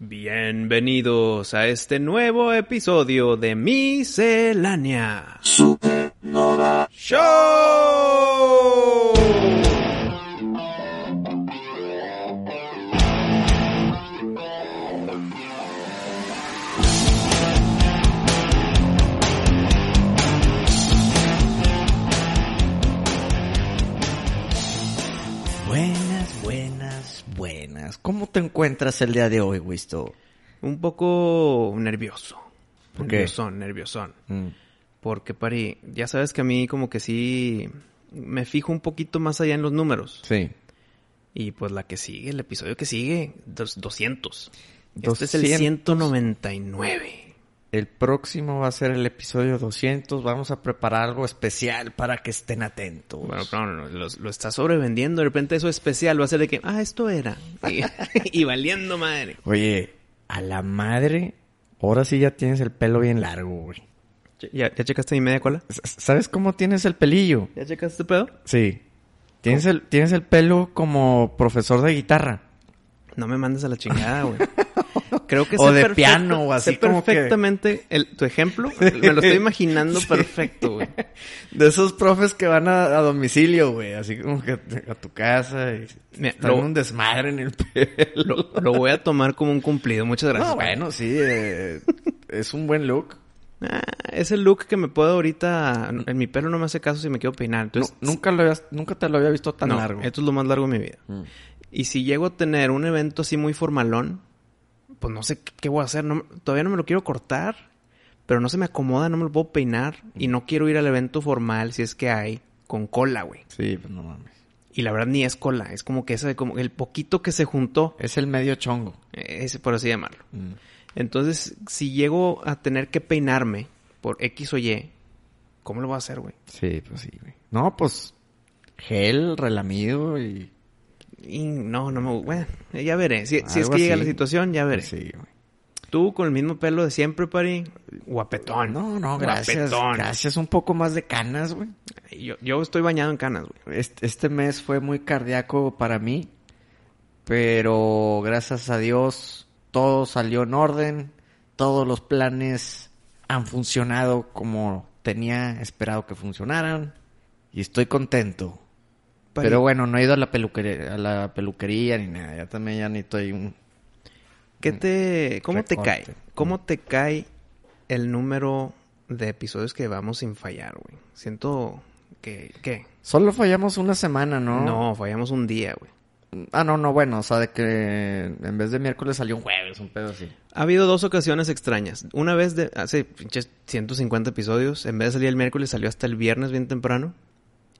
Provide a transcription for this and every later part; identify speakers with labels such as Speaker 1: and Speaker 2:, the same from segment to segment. Speaker 1: Bienvenidos a este nuevo episodio de Miscelánea
Speaker 2: Supernova.
Speaker 1: Show.
Speaker 2: Buenas, buenas, buenas. ¿Cómo te encuentras el día de hoy, Wisto?
Speaker 1: Un poco nervioso.
Speaker 2: ¿Por qué?
Speaker 1: nerviosón, nerviosón.
Speaker 2: Mm,
Speaker 1: Porque, Pari, ya sabes que a mí como que sí me fijo un poquito más allá en los números.
Speaker 2: Sí.
Speaker 1: Y pues la que sigue, el episodio que sigue, dos- 200. Este es
Speaker 2: 200.
Speaker 1: el 199.
Speaker 2: El próximo va a ser el episodio 200. Vamos a preparar algo especial para que estén atentos.
Speaker 1: Bueno, pero no, no, lo, lo está sobrevendiendo. De repente eso especial va a ser de que, ah, esto era. Y, y valiendo madre.
Speaker 2: Oye, a la madre, ahora sí ya tienes el pelo bien largo, güey.
Speaker 1: ¿Ya, ya checaste mi media cola?
Speaker 2: S- ¿Sabes cómo tienes el pelillo?
Speaker 1: ¿Ya checaste pedo?
Speaker 2: Sí. Tienes el, tienes el pelo como profesor de guitarra.
Speaker 1: No me mandes a la chingada, güey. Creo que
Speaker 2: O
Speaker 1: sé
Speaker 2: de piano, o así
Speaker 1: sé
Speaker 2: como que-
Speaker 1: perfectamente el- tu ejemplo. Me lo estoy imaginando perfecto, güey.
Speaker 2: De esos profes que van a, a domicilio, güey. Así como que a tu casa y
Speaker 1: Mira,
Speaker 2: traen
Speaker 1: lo-
Speaker 2: un desmadre en el pelo.
Speaker 1: Lo, lo voy a tomar como un cumplido. Muchas gracias.
Speaker 2: No, bueno, sí. eh, es un buen look.
Speaker 1: Ah, ese look que me puedo ahorita... En mi pelo no me hace caso si me quiero peinar. Entonces,
Speaker 2: Nu- nunca, lo habías- nunca te lo había visto tan
Speaker 1: no,
Speaker 2: largo.
Speaker 1: Esto es lo más largo de mi vida.
Speaker 2: Mm.
Speaker 1: Y si llego a tener un evento así muy formalón, pues no sé qué, qué voy a hacer. No- todavía no me lo quiero cortar, pero no se me acomoda, no me lo puedo peinar. Y no quiero ir al evento formal si es que hay con cola, güey.
Speaker 2: Sí, pues no mames.
Speaker 1: Y la verdad ni es cola, es como que ese, como el poquito que se juntó,
Speaker 2: Es el medio chongo.
Speaker 1: eh, ese por así llamarlo.
Speaker 2: Mm.
Speaker 1: Entonces, si llego a tener que peinarme por X o Y, ¿cómo lo voy a hacer, güey?
Speaker 2: Sí, pues sí, güey. No, pues gel, relamido y...
Speaker 1: Y no, no me gu- Bueno, eh, ya veré. Si, si es
Speaker 2: Algo
Speaker 1: que llega
Speaker 2: así.
Speaker 1: la situación, ya veré.
Speaker 2: pues Sí, güey.
Speaker 1: Tú con el mismo pelo de siempre, Pari. Guapetón.
Speaker 2: No, no, gracias.
Speaker 1: Guapetón.
Speaker 2: Gracias. Un poco más de canas, güey.
Speaker 1: Yo, yo estoy bañado en canas, güey.
Speaker 2: Este, este mes fue muy cardíaco para mí, pero gracias a Dios todo salió en orden, todos los planes han funcionado como tenía esperado que funcionaran y estoy contento.
Speaker 1: Pari,
Speaker 2: Pero bueno, no he ido a la peluquería, a la peluquería ni nada, ya también ya ni estoy un-
Speaker 1: ¿qué te, ¿cómo te cae?
Speaker 2: mm, Recorte.
Speaker 1: ¿Cómo te cae el número de episodios que vamos sin fallar, güey? Siento que... ¿Qué?
Speaker 2: Solo fallamos una semana, ¿no?
Speaker 1: No, fallamos un día, güey.
Speaker 2: Ah, no, no, bueno, o sea, de que en vez de miércoles salió un jueves, un pedo así.
Speaker 1: Ha habido dos ocasiones extrañas. Una vez de hace pinches 150 episodios, en vez de salir el miércoles salió hasta el viernes bien temprano.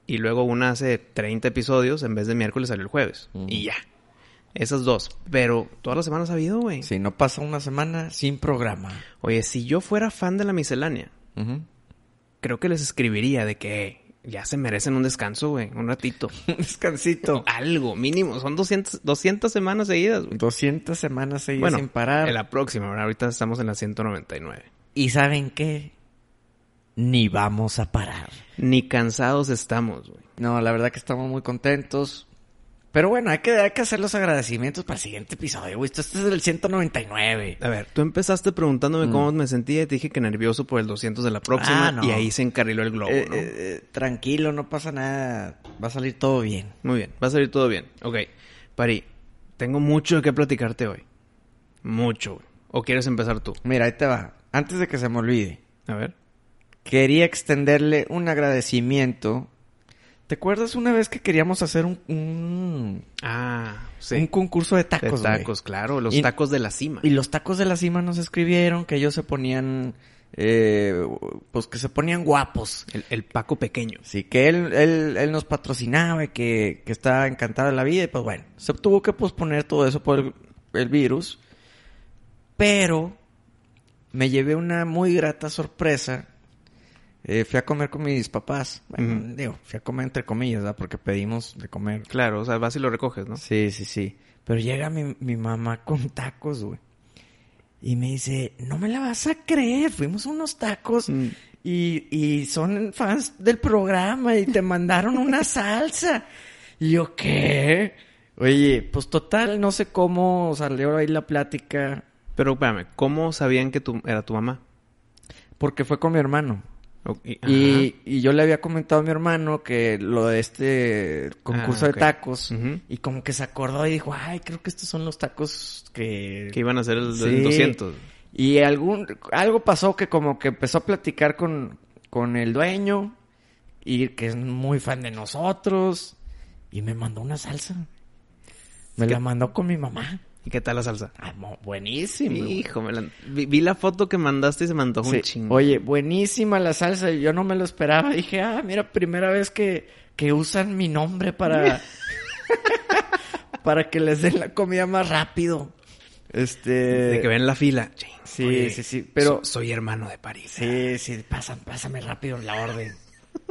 Speaker 1: Y luego una hace 30 episodios, en vez de miércoles salió el jueves.
Speaker 2: Ujú.
Speaker 1: Y ya. Esas dos. Pero todas las semanas ha habido, güey.
Speaker 2: Si no pasa una semana sin programa.
Speaker 1: Oye, si yo fuera fan de la miscelánea,
Speaker 2: Ujú.
Speaker 1: creo que les escribiría de que "Eh, ya se merecen un descanso, güey. Un ratito.
Speaker 2: Un descansito.
Speaker 1: Algo, mínimo. Son 200, 200 semanas seguidas, güey.
Speaker 2: 200 semanas seguidas
Speaker 1: Bueno,
Speaker 2: sin parar.
Speaker 1: en la próxima, ¿verdad? Ahorita estamos en la 199.
Speaker 2: ¿Y saben qué? Ni vamos a parar.
Speaker 1: Ni cansados estamos, güey.
Speaker 2: No, la verdad que estamos muy contentos. Pero bueno, hay que, hay que hacer los agradecimientos para el siguiente episodio, güey. Esto, este es el 199.
Speaker 1: A ver, Mm. tú empezaste preguntándome cómo me sentía y te dije que nervioso por el 200 de la próxima
Speaker 2: Ah, no.
Speaker 1: y ahí se encarriló el globo,
Speaker 2: Eh,
Speaker 1: ¿no?
Speaker 2: eh, eh, tranquilo, no pasa nada. Va a salir todo bien.
Speaker 1: Muy bien, va a salir todo bien. Ok, Pari, tengo mucho de qué platicarte hoy. Mucho, güey. ¿O quieres empezar tú?
Speaker 2: Mira, ahí te va. Antes de que se me olvide,
Speaker 1: A ver.
Speaker 2: quería extenderle un agradecimiento. ¿Te acuerdas una vez que queríamos hacer un, un,
Speaker 1: Ah, sí.
Speaker 2: un concurso de
Speaker 1: De
Speaker 2: tacos?
Speaker 1: tacos,
Speaker 2: güey?
Speaker 1: claro, los
Speaker 2: Y-
Speaker 1: tacos de la cima.
Speaker 2: Y los tacos de la cima nos escribieron que ellos se ponían, eh, pues que se ponían guapos.
Speaker 1: El, el Paco pequeño.
Speaker 2: Sí, que él, él, él nos patrocinaba y que, que estaba encantado de la vida. Y pues bueno, se tuvo que posponer todo eso por el, el virus. Pero me llevé una muy grata sorpresa. Eh, fui a comer con mis papás. Bueno,
Speaker 1: Ujú.
Speaker 2: digo, fui a comer entre comillas, ¿verdad? Porque pedimos de comer.
Speaker 1: Claro, o sea, vas y lo recoges, ¿no?
Speaker 2: Sí, sí, sí. Pero llega mi, mi mamá con tacos, güey. Y me dice, no me la vas a creer, fuimos a unos tacos
Speaker 1: Mm.
Speaker 2: y, y son fans del programa y te mandaron una salsa. Y yo, ¿qué? Oye, pues total, no sé cómo salió ahí la plática,
Speaker 1: Pero espérame, ¿cómo sabían que tu, era tu mamá?
Speaker 2: porque fue con mi hermano.
Speaker 1: Ok, ajá.
Speaker 2: Y, y yo le había comentado a mi hermano que lo de este concurso
Speaker 1: Ah, ok.
Speaker 2: de tacos.
Speaker 1: Ujú.
Speaker 2: Y como que se acordó y dijo, ay, creo que estos son los tacos que...
Speaker 1: que iban a hacer el, el
Speaker 2: Sí.
Speaker 1: 200.
Speaker 2: Y algún, algo pasó que como que empezó a platicar con, con el dueño. Y que es muy fan de nosotros. Y me mandó una salsa. Me
Speaker 1: ¿Qué?
Speaker 2: la mandó con mi mamá.
Speaker 1: ¿Y qué tal la salsa?
Speaker 2: Ah, mo- buenísima. güey.
Speaker 1: Hijo, me la- vi, vi la foto que mandaste y se me antojó
Speaker 2: Sí.
Speaker 1: un chingo.
Speaker 2: Oye, buenísima la salsa. Yo no me lo esperaba. Dije, ah, mira, primera vez que, que usan mi nombre para, para que les den la comida más rápido. Este.
Speaker 1: de que ven la fila. Ching,
Speaker 2: Sí,
Speaker 1: oye,
Speaker 2: sí, sí, pero-
Speaker 1: so- soy hermano de París.
Speaker 2: Sí, sí, pasan, pásame rápido la orden.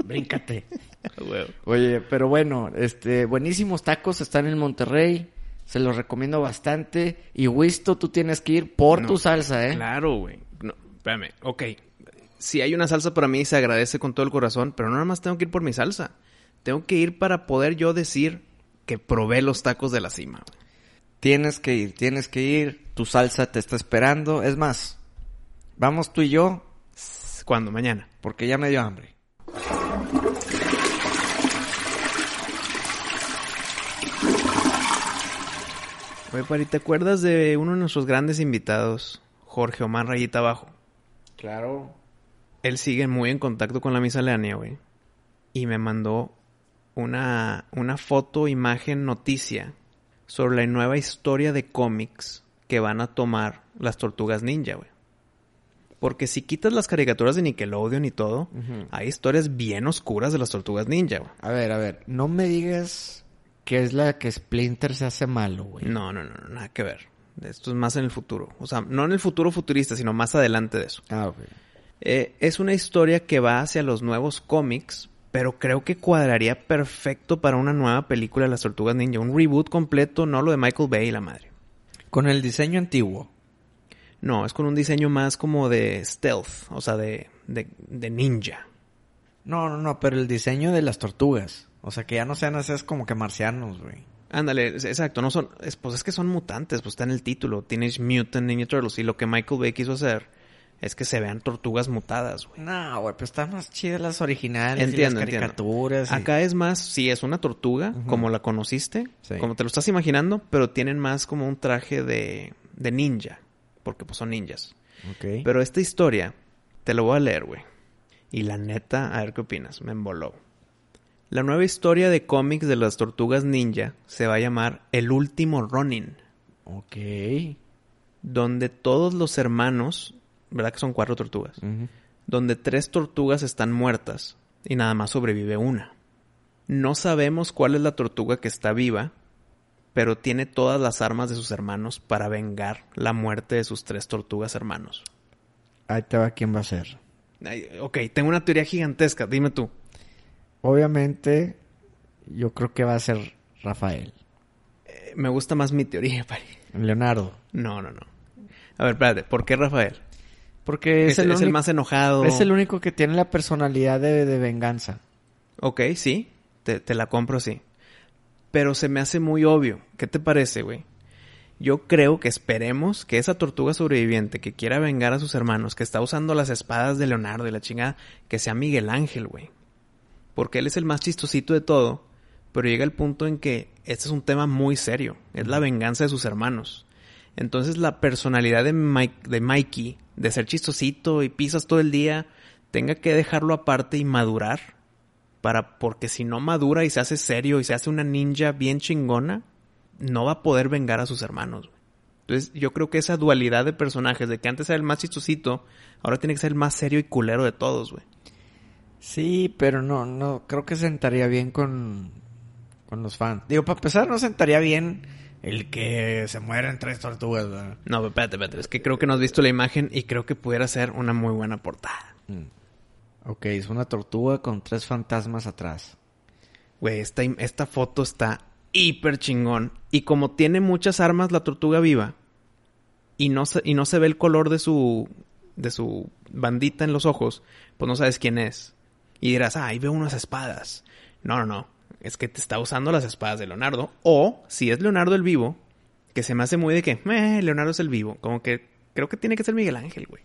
Speaker 2: Bríncate.
Speaker 1: Ah, huevo.
Speaker 2: Oye, pero bueno, este, buenísimos tacos están en Monterrey. Se los recomiendo bastante. Y Wisto, tú tienes que ir por
Speaker 1: No,
Speaker 2: tu salsa, ¿eh?
Speaker 1: Claro, güey. No, espérame, ok. Si hay una salsa para mí, se agradece con todo el corazón, pero no nada más tengo que ir por mi salsa. Tengo que ir para poder yo decir que probé los tacos de la cima. güey.
Speaker 2: Tienes que ir, tienes que ir. Tu salsa te está esperando. Es más, vamos tú y yo,
Speaker 1: ¿Cuándo? Mañana.
Speaker 2: porque ya me dio hambre.
Speaker 1: Oye, Pari, ¿te acuerdas de uno de nuestros grandes invitados, Jorge Omar Rayita Abajo?
Speaker 2: Claro.
Speaker 1: Él sigue muy en contacto con la miscelánea, güey. Y me mandó una, una foto, imagen, noticia sobre la nueva historia de cómics que van a tomar las tortugas ninja, güey. Porque si quitas las caricaturas de Nickelodeon y todo,
Speaker 2: Ujú.
Speaker 1: hay historias bien oscuras de las tortugas ninja, güey.
Speaker 2: A ver, a ver, no me digas que es la que Splinter se hace malo, güey.
Speaker 1: No, no, no, no, nada que ver. Esto es más en el futuro. O sea, no en el futuro futurista, sino más adelante de eso.
Speaker 2: Ah, ok.
Speaker 1: Eh, es una historia que va hacia los nuevos cómics, pero creo que cuadraría perfecto para una nueva película de las Tortugas Ninja. Un reboot completo, no lo de Michael Bay y la madre.
Speaker 2: Con el diseño antiguo.
Speaker 1: No, es con un diseño más como de stealth, o sea, de, de, de ninja.
Speaker 2: No, no, no, pero el diseño de las tortugas. O sea, que ya no sean así, es como que marcianos, güey.
Speaker 1: Ándale, es- exacto, no son, es, pues es que son mutantes, pues está en el título, Teenage Mutant Ninja Turtles, y lo que Michael Bay quiso hacer es que se vean tortugas mutadas, güey.
Speaker 2: No, güey, pero están más chidas las originales
Speaker 1: Entiendo,
Speaker 2: y las
Speaker 1: entiendo.
Speaker 2: caricaturas. y-
Speaker 1: Acá es más, si es una tortuga,
Speaker 2: Ujú.
Speaker 1: como la conociste,
Speaker 2: Sí.
Speaker 1: como te lo estás imaginando, pero tienen más como un traje de, de ninja, porque pues son ninjas.
Speaker 2: Ok.
Speaker 1: Pero esta historia, te la voy a leer, güey. Y la neta, a ver qué opinas, me emboló. La nueva historia de cómics de las tortugas ninja se va a llamar El último Ronin,
Speaker 2: Ok.
Speaker 1: donde todos los hermanos, ¿verdad que son cuatro tortugas?
Speaker 2: Ujú.
Speaker 1: donde tres tortugas están muertas y nada más sobrevive una. No sabemos cuál es la tortuga que está viva, pero tiene todas las armas de sus hermanos para vengar la muerte de sus tres tortugas hermanos.
Speaker 2: Ahí te va quién va a ser.
Speaker 1: Ay, ok, tengo una teoría gigantesca, dime tú.
Speaker 2: Obviamente, yo creo que va a ser Rafael.
Speaker 1: Eh, me gusta más mi teoría, Pari.
Speaker 2: Leonardo.
Speaker 1: No, no, no. A ver, espérate, ¿por qué Rafael?
Speaker 2: Porque
Speaker 1: Es, el, es el más enojado.
Speaker 2: es el único que tiene la personalidad de, de venganza.
Speaker 1: Ok, sí, te, te la compro, sí. Pero se me hace muy obvio. ¿Qué te parece, güey? Yo creo que esperemos que esa tortuga sobreviviente que quiera vengar a sus hermanos, que está usando las espadas de Leonardo y la chingada, que sea Miguel Ángel, güey. Porque él es el más chistosito de todo, pero llega el punto en que este es un tema muy serio. Es la venganza de sus hermanos. Entonces la personalidad de, Mike- de Mikey, de ser chistosito y pisas todo el día, tenga que dejarlo aparte y madurar para porque si no madura y se hace serio y se hace una ninja bien chingona, no va a poder vengar a sus hermanos. güey. Entonces, yo creo que esa dualidad de personajes de que antes era el más chistosito, ahora tiene que ser el más serio y culero de todos, güey.
Speaker 2: Sí, pero no, no, creo que sentaría bien con, con los fans. Digo, para empezar, no sentaría bien el que se mueren tres tortugas, ¿verdad?
Speaker 1: No, pero espérate, espérate. Es que creo que no has visto la imagen y creo que pudiera ser una muy buena portada.
Speaker 2: Mm. Ok, es una tortuga con tres fantasmas atrás.
Speaker 1: Güey, esta, im- esta foto está hiper chingón. Y como tiene muchas armas la tortuga viva y no se, y no se ve el color de su, de su bandita en los ojos, pues no sabes quién es. Y dirás, ah, ahí veo unas espadas. No, no, no. Es que te está usando las espadas de Leonardo. O, si es Leonardo el vivo, que se me hace muy de que, "Meh, Leonardo es el vivo. Como que creo que tiene que ser Miguel Ángel, güey.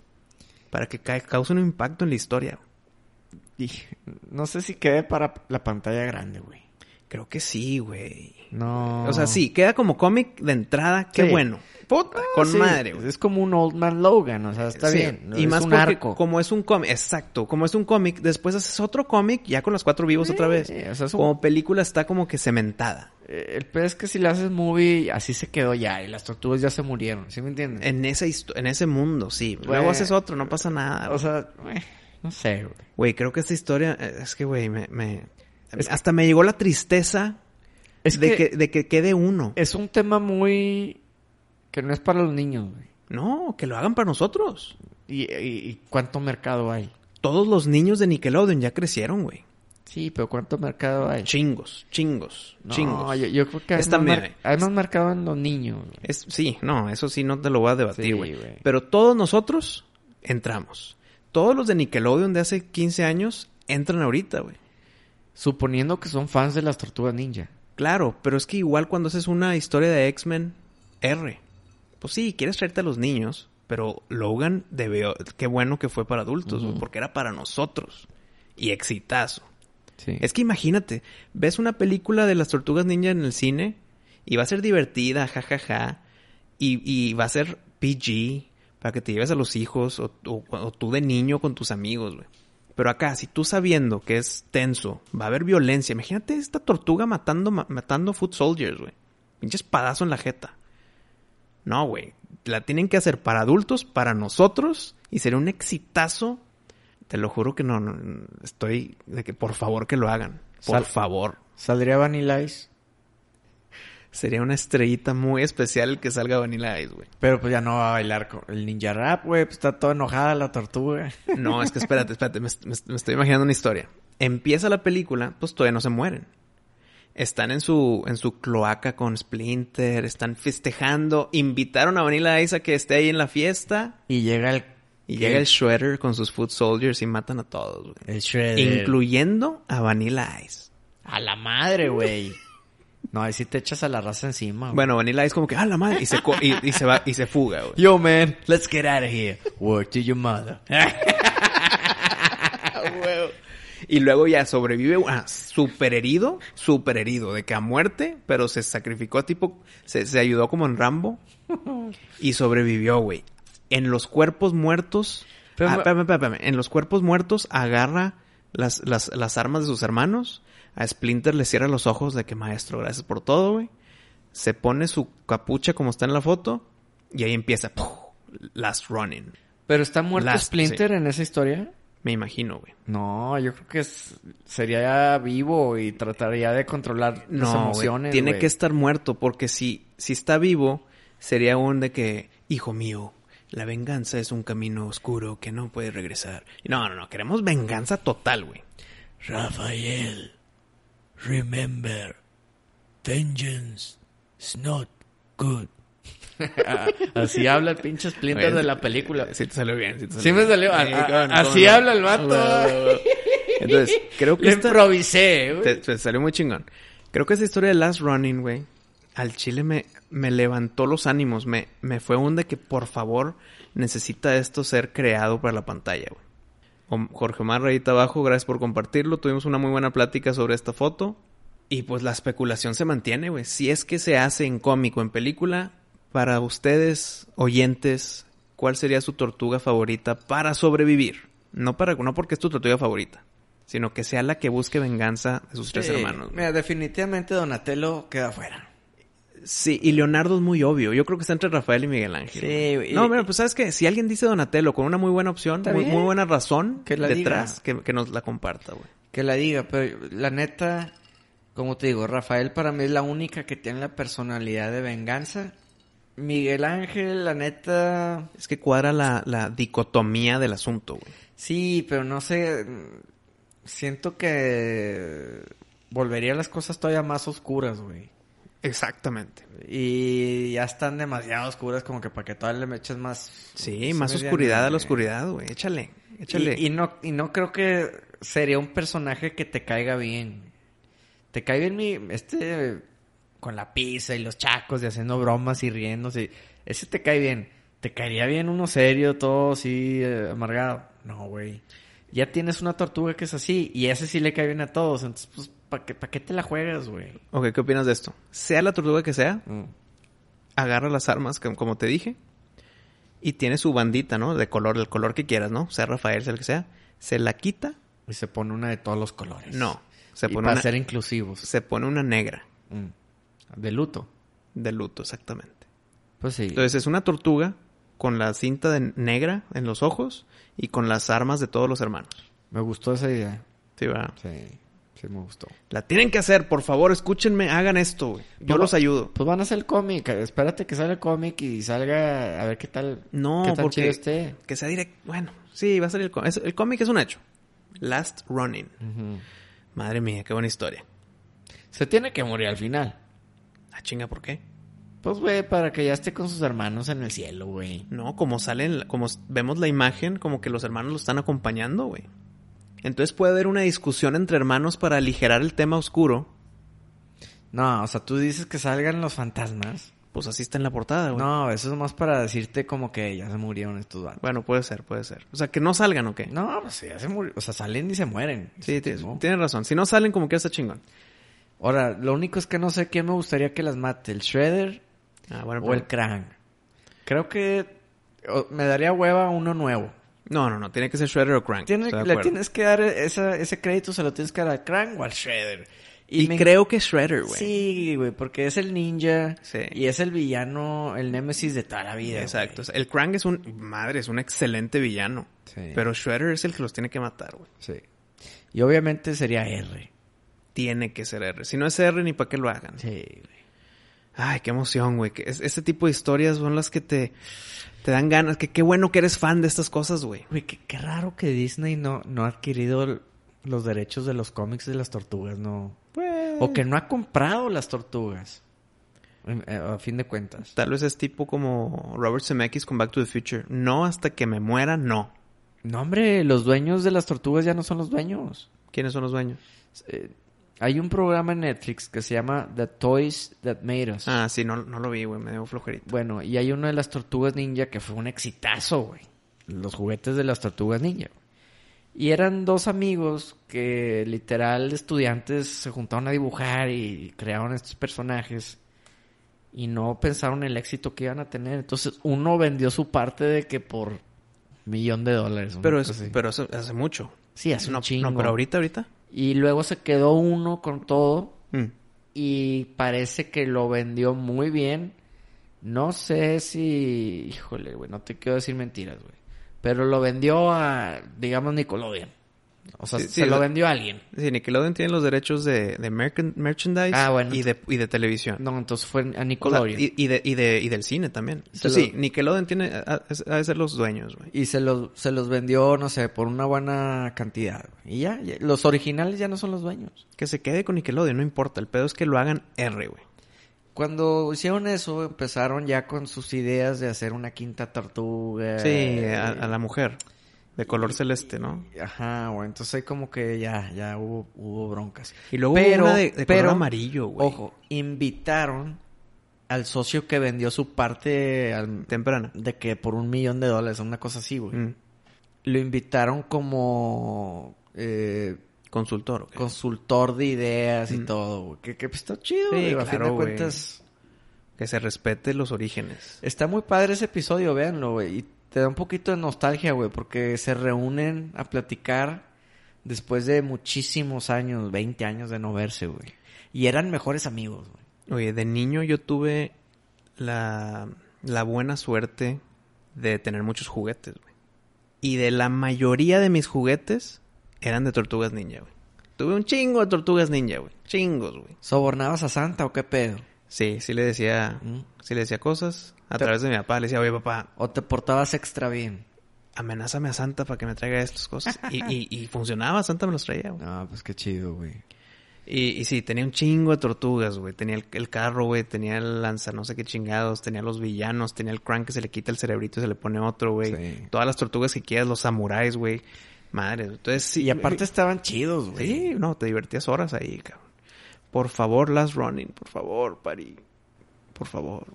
Speaker 1: Para que ca- cause un impacto en la historia.
Speaker 2: Y no sé si quede para la pantalla grande, güey.
Speaker 1: Creo que sí, güey.
Speaker 2: No.
Speaker 1: O sea, sí, queda como cómic de entrada, qué
Speaker 2: Sí.
Speaker 1: bueno. Puta, con
Speaker 2: Ah, Sí,
Speaker 1: madre, güey.
Speaker 2: Es como un Old Man Logan, o sea, está
Speaker 1: Sí,
Speaker 2: bien.
Speaker 1: Y
Speaker 2: es
Speaker 1: más
Speaker 2: un
Speaker 1: porque
Speaker 2: arco.
Speaker 1: como es un cómic, exacto, como es un cómic, después haces otro cómic ya con los cuatro vivos otra vez.
Speaker 2: Sí, o sea, es un-
Speaker 1: Como película está como que cementada.
Speaker 2: Eh, El peor es que si le haces movie, así se quedó ya. Y las tortugas ya se murieron, ¿sí me entiendes?
Speaker 1: En esa histo- en ese mundo, sí.
Speaker 2: Güey.
Speaker 1: Luego haces otro, no pasa nada.
Speaker 2: O sea, eh, no sé, güey.
Speaker 1: Güey, creo que esta historia, eh, es que güey, me, me-
Speaker 2: Es que-
Speaker 1: hasta me llegó la tristeza
Speaker 2: Es
Speaker 1: de
Speaker 2: que-
Speaker 1: que... de que quede uno.
Speaker 2: Es un tema muy... que no es para los niños, güey.
Speaker 1: No, que lo hagan para nosotros.
Speaker 2: Y, y- y cuánto mercado hay.
Speaker 1: Todos los niños de Nickelodeon ya crecieron, güey.
Speaker 2: Sí, pero cuánto mercado hay.
Speaker 1: Chingos, chingos,
Speaker 2: No,
Speaker 1: chingos.
Speaker 2: Yo, yo creo que hay,
Speaker 1: Está
Speaker 2: más,
Speaker 1: bien,
Speaker 2: mar-
Speaker 1: güey.
Speaker 2: hay más mercado en los niños. güey.
Speaker 1: Es, sí, no, eso sí no te lo voy a
Speaker 2: Sí,
Speaker 1: debatir, güey.
Speaker 2: güey.
Speaker 1: Pero todos nosotros entramos. Todos los de Nickelodeon de hace 15 años entran ahorita, güey.
Speaker 2: Suponiendo que son fans de las tortugas ninja.
Speaker 1: Claro, pero es que igual cuando haces una historia de X-Men R, pues sí, quieres traerte a los niños, pero Logan debió, qué bueno que fue para adultos, güey,
Speaker 2: Ujú.
Speaker 1: porque era para nosotros. Y exitazo.
Speaker 2: Sí.
Speaker 1: Es que imagínate, ves una película de las tortugas ninja en el cine y va a ser divertida, jajaja, y, y va a ser PG para que te lleves a los hijos o, o- o tú de niño con tus amigos, güey. Pero acá, si tú sabiendo que es tenso, va a haber violencia, imagínate esta tortuga matando, ma- matando foot soldiers, güey. Pinche espadazo en la jeta. No, güey. La tienen que hacer para adultos, para nosotros, y sería un exitazo. Te lo juro que no, no, no, estoy de que por favor que lo hagan. Por
Speaker 2: Sal-
Speaker 1: favor.
Speaker 2: ¿Saldría Vanilla Ice?
Speaker 1: Sería una estrellita muy especial el que salga Vanilla Ice, güey.
Speaker 2: Pero pues ya no va a bailar con el ninja rap, güey. Pues está toda enojada la tortuga.
Speaker 1: No, es que espérate, espérate, me, me- me estoy imaginando una historia. Empieza la película, pues todavía no se mueren. Están en su, en su cloaca con Splinter, están festejando, invitaron a Vanilla Ice a que esté ahí en la fiesta.
Speaker 2: Y llega el...
Speaker 1: Y llega el Shredder con sus Foot Soldiers y matan a todos, güey.
Speaker 2: El shredder.
Speaker 1: Incluyendo a Vanilla Ice.
Speaker 2: A la madre, güey. No, ahí sí te echas a la raza encima. güey.
Speaker 1: Bueno, Vanilla Ice como que, ah, la madre, y se, co- y, y se va, y se fuga, güey.
Speaker 2: Yo, man, let's get out of here. Work to your mother.
Speaker 1: Y luego ya sobrevive, ah, super herido, super herido, de que a muerte, pero se sacrificó, tipo, se, se ayudó como en Rambo. Y sobrevivió, güey. En los cuerpos muertos,
Speaker 2: Pero
Speaker 1: ah,
Speaker 2: me-
Speaker 1: espérame, espérame, espérame. en los cuerpos muertos agarra las, las, las armas de sus hermanos. A Splinter le cierra los ojos de que, maestro, gracias por todo, güey. Se pone su capucha como está en la foto. Y ahí empieza, ¡puf! Last Running.
Speaker 2: ¿Pero está muerto
Speaker 1: Last,
Speaker 2: Splinter en esa historia?
Speaker 1: Me imagino, güey.
Speaker 2: No, yo creo que es- sería vivo y trataría de controlar las
Speaker 1: No, güey,
Speaker 2: emociones.
Speaker 1: tiene
Speaker 2: güey.
Speaker 1: que estar muerto porque si, si está vivo, sería un de que, hijo mío, la venganza es un camino oscuro que no puede regresar. No, no, no, queremos venganza total, güey.
Speaker 3: Raphael, remember, vengeance is not good.
Speaker 2: Así habla el pinche Splinter
Speaker 1: Güey,
Speaker 2: de la película.
Speaker 1: Sí te salió bien, sí te salió
Speaker 2: Sí me
Speaker 1: bien.
Speaker 2: salió. a-
Speaker 1: Sí,
Speaker 2: a-
Speaker 1: cómo no,
Speaker 2: así
Speaker 1: cómo no.
Speaker 2: habla el vato.
Speaker 1: Entonces, creo que
Speaker 2: Le
Speaker 1: esta-
Speaker 2: improvisé, güey.
Speaker 1: te, te salió muy chingón. Creo que esa historia de Last Running, güey, al chile me, me levantó los ánimos. Me, me fue un de que, por favor, necesita esto ser creado para la pantalla, güey. Om- Jorge Omar Rayita abajo, gracias por compartirlo. Tuvimos una muy buena plática sobre esta foto. Y pues la especulación se mantiene, güey. Si es que se hace en cómico, en película, para ustedes, oyentes, ¿cuál sería su tortuga favorita para sobrevivir? No, para, no porque es tu tortuga favorita, sino que sea la que busque venganza de sus tres
Speaker 2: Sí,
Speaker 1: hermanos. güey.
Speaker 2: Mira, definitivamente Donatello queda fuera.
Speaker 1: Sí, y Leonardo es muy obvio. Yo creo que está entre Rafael y Miguel Ángel.
Speaker 2: Sí,
Speaker 1: güey.
Speaker 2: güey.
Speaker 1: No, mira, pues sabes que si alguien dice Donatello con una muy buena opción,
Speaker 2: Está
Speaker 1: muy,
Speaker 2: bien.
Speaker 1: muy buena razón
Speaker 2: Que la
Speaker 1: detrás, que, que nos la comparta, güey.
Speaker 2: Que la diga, pero la neta, Como te digo, Rafael para mí es la única que tiene la personalidad de venganza. Miguel Ángel, la neta,
Speaker 1: Es que cuadra la, la dicotomía del asunto, güey.
Speaker 2: sí, pero no sé, mm, siento que volvería las cosas todavía más oscuras, güey.
Speaker 1: Exactamente.
Speaker 2: Y ya están demasiado oscuras como que para que todavía le eches más...
Speaker 1: Sí, más oscuridad a la
Speaker 2: güey.
Speaker 1: oscuridad, güey. Échale, échale.
Speaker 2: Y, y no, y no creo que sería un personaje que te caiga bien. Te cae bien mi, este con la pizza y los chacos y haciendo bromas y riéndose. Ese te cae bien. Te caería bien uno serio, todo así, eh, amargado. No, güey. Ya tienes una tortuga que es así y ese sí le cae bien a todos. Entonces, pues, ¿para qué, pa' qué te la juegas, güey?
Speaker 1: Ok, ¿qué opinas de esto? Sea la tortuga que sea, agarra las armas, que- como te dije, y tiene su bandita, ¿no? De color, del color que quieras, ¿no? Sea Rafael, sea el que sea. Se la quita,
Speaker 2: Y se pone una de todos los colores.
Speaker 1: no. Se
Speaker 2: Se
Speaker 1: pone,
Speaker 2: para
Speaker 1: una,
Speaker 2: ser inclusivos.
Speaker 1: se pone una negra
Speaker 2: Mm. De luto.
Speaker 1: de luto, exactamente.
Speaker 2: Pues sí.
Speaker 1: Entonces es una tortuga con la cinta de negra en los ojos y con las armas de todos los hermanos.
Speaker 2: me gustó esa idea.
Speaker 1: Sí, ¿verdad?
Speaker 2: Sí, sí me gustó.
Speaker 1: La tienen que hacer, por favor, escúchenme, hagan esto, güey. Yo
Speaker 2: No,
Speaker 1: los ayudo.
Speaker 2: Pues van a hacer el cómic. Espérate que salga el cómic y salga a ver qué tal.
Speaker 1: No,
Speaker 2: qué tan
Speaker 1: porque-
Speaker 2: chido esté.
Speaker 1: Que sea directo. Bueno, sí, va a salir el cómic. Es- El cómic es un hecho. Last Running. Madre mía, qué buena historia.
Speaker 2: Se tiene que morir al final.
Speaker 1: Ah, chinga, ¿por qué?
Speaker 2: Pues, güey, para que ya esté con sus hermanos en el cielo, güey.
Speaker 1: No, como salen, como s- vemos la imagen, como que los hermanos lo están acompañando, güey. Entonces puede haber una discusión entre hermanos para aligerar el tema oscuro.
Speaker 2: No, o sea, tú dices que salgan los fantasmas.
Speaker 1: Pues así está en la portada, güey.
Speaker 2: No, eso es más para decirte como que ya se murieron estos vatos.
Speaker 1: Bueno, puede ser, puede ser. O sea, que no salgan o qué.
Speaker 2: No, pues ya se murieron. O sea, salen y se mueren. Este,
Speaker 1: sí, ti-
Speaker 2: ¿no?
Speaker 1: tienes razón. Si no salen, como que está chingón.
Speaker 2: Ahora, lo único es que no sé quién me gustaría que las mate. ¿El Shredder
Speaker 1: Ah, bueno,
Speaker 2: o el
Speaker 1: pero-
Speaker 2: Krang? Creo que o- me daría hueva uno nuevo.
Speaker 1: No, no, no. Tiene que ser Shredder o Crank.
Speaker 2: Tiene-
Speaker 1: estoy de
Speaker 2: le
Speaker 1: acuerdo.
Speaker 2: tienes que dar esa- ese crédito, se lo tienes que dar al Krang o al Shredder.
Speaker 1: Y,
Speaker 2: me-
Speaker 1: creo que es Shredder, güey.
Speaker 2: Sí, güey, porque es el ninja
Speaker 1: Sí.
Speaker 2: y es el villano, el némesis de toda la vida.
Speaker 1: Exacto. O sea, El Krang es un... Madre, es un excelente villano.
Speaker 2: Sí.
Speaker 1: Pero Shredder es el que los tiene que matar, güey.
Speaker 2: güey. Sí. Y obviamente sería R.
Speaker 1: Tiene que ser R. Si no es R, ni para qué lo hagan.
Speaker 2: Sí, güey.
Speaker 1: Ay, qué emoción, güey. Que es- Este tipo de historias son las que te, te dan ganas. Que qué bueno que eres fan de estas cosas, güey.
Speaker 2: Güey, qué, qué raro que Disney no, no ha adquirido l- los derechos de los cómics de las tortugas, no. O que no ha comprado las tortugas. En- eh, A fin de cuentas.
Speaker 1: Tal vez es tipo como Robert Zemeckis con Back to the Future. No hasta que me muera, no.
Speaker 2: No, hombre, los dueños de las tortugas ya no son los dueños.
Speaker 1: ¿Quiénes son los dueños?
Speaker 2: Eh, hay un programa en Netflix que se llama The Toys That Made Us.
Speaker 1: Ah, sí, no, no lo vi, güey. Me dio flojerita.
Speaker 2: Bueno, y hay uno de las tortugas ninja que fue un exitazo, güey. Los juguetes de las tortugas ninja. güey. Y eran dos amigos que literal estudiantes se juntaron a dibujar y crearon estos personajes y no pensaron el éxito que iban a tener. Entonces uno vendió su parte de que por millón de dólares. una
Speaker 1: Pero, es,
Speaker 2: cosa así.
Speaker 1: pero eso hace mucho.
Speaker 2: pues sí, hace un
Speaker 1: no,
Speaker 2: chingo.
Speaker 1: no, pero ahorita, ahorita.
Speaker 2: Y luego se quedó uno con todo
Speaker 1: Mm.
Speaker 2: y parece que lo vendió muy bien. No sé si, híjole, güey, no te quiero decir mentiras, güey. Pero lo vendió a, digamos, Nickelodeon. O sea,
Speaker 1: Sí,
Speaker 2: se
Speaker 1: sí,
Speaker 2: lo
Speaker 1: la-
Speaker 2: vendió a alguien.
Speaker 1: Sí, Nickelodeon tiene los derechos de, de mercan- merchandise
Speaker 2: Ah, bueno.
Speaker 1: y, de, y de televisión.
Speaker 2: No, entonces fue a
Speaker 1: O sea,
Speaker 2: Nickelodeon.
Speaker 1: y, y de, y, de, y del cine también.
Speaker 2: Se
Speaker 1: Entonces, sí,
Speaker 2: lo-
Speaker 1: Nickelodeon tiene, ha, ha de ser los dueños, güey.
Speaker 2: y, se, los, se los vendió, no sé, por una buena cantidad. güey. Y ya, ya, los originales ya no son los dueños.
Speaker 1: Que se quede con Nickelodeon, no importa. El pedo es que lo hagan R, güey.
Speaker 2: Cuando hicieron eso, empezaron ya con sus ideas de hacer una quinta tortuga. eh,
Speaker 1: Sí, a, a la mujer. De color celeste, ¿no?
Speaker 2: Ajá, güey. Entonces ahí como que ya, ya hubo, hubo broncas.
Speaker 1: Y luego hubo una de- de color amarillo, güey.
Speaker 2: Ojo, invitaron al socio que vendió su parte al-
Speaker 1: Temprana.
Speaker 2: de que por un millón de dólares, una cosa así, güey.
Speaker 1: Mm.
Speaker 2: Lo invitaron como eh,
Speaker 1: Consultor, ok.
Speaker 2: consultor de ideas y
Speaker 1: Mm.
Speaker 2: todo, güey. Que, que pues, está chido,
Speaker 1: Sí,
Speaker 2: digo, a fin
Speaker 1: claro,
Speaker 2: de
Speaker 1: güey.
Speaker 2: cuentas.
Speaker 1: Que se respete los orígenes.
Speaker 2: Está muy padre ese episodio, véanlo, güey. Y te da un poquito de nostalgia, güey, porque se reúnen a platicar después de muchísimos años, 20 años de no verse, güey. Y eran mejores amigos, güey.
Speaker 1: Oye, de niño yo tuve la, la buena suerte de tener muchos juguetes, güey. Y de la mayoría de mis juguetes eran de tortugas ninja, güey. Tuve un chingo de tortugas ninja, güey. Chingos, güey.
Speaker 2: ¿Sobornabas a Santa o qué pedo?
Speaker 1: Sí, sí le decía, sí le decía cosas a
Speaker 2: Te-
Speaker 1: través de mi papá. Le decía, oye, papá,
Speaker 2: ¿O te portabas extra bien?
Speaker 1: amenázame a Santa para que me traiga estas cosas. Y, y- y funcionaba, Santa me los traía, güey.
Speaker 2: Ah, pues qué chido, güey.
Speaker 1: Y, y sí, tenía un chingo de tortugas, güey. Tenía el, el carro, güey. Tenía el lanza, no sé qué chingados. Tenía los villanos. Tenía el crank que se le quita el cerebrito y se le pone otro, güey.
Speaker 2: Sí.
Speaker 1: Todas las tortugas que quieras, los samuráis, güey. Madre, entonces sí.
Speaker 2: y aparte estaban chidos, güey.
Speaker 1: Sí, no, te divertías horas ahí, cabrón. Por favor, Last Running, por favor, Pari. Por favor.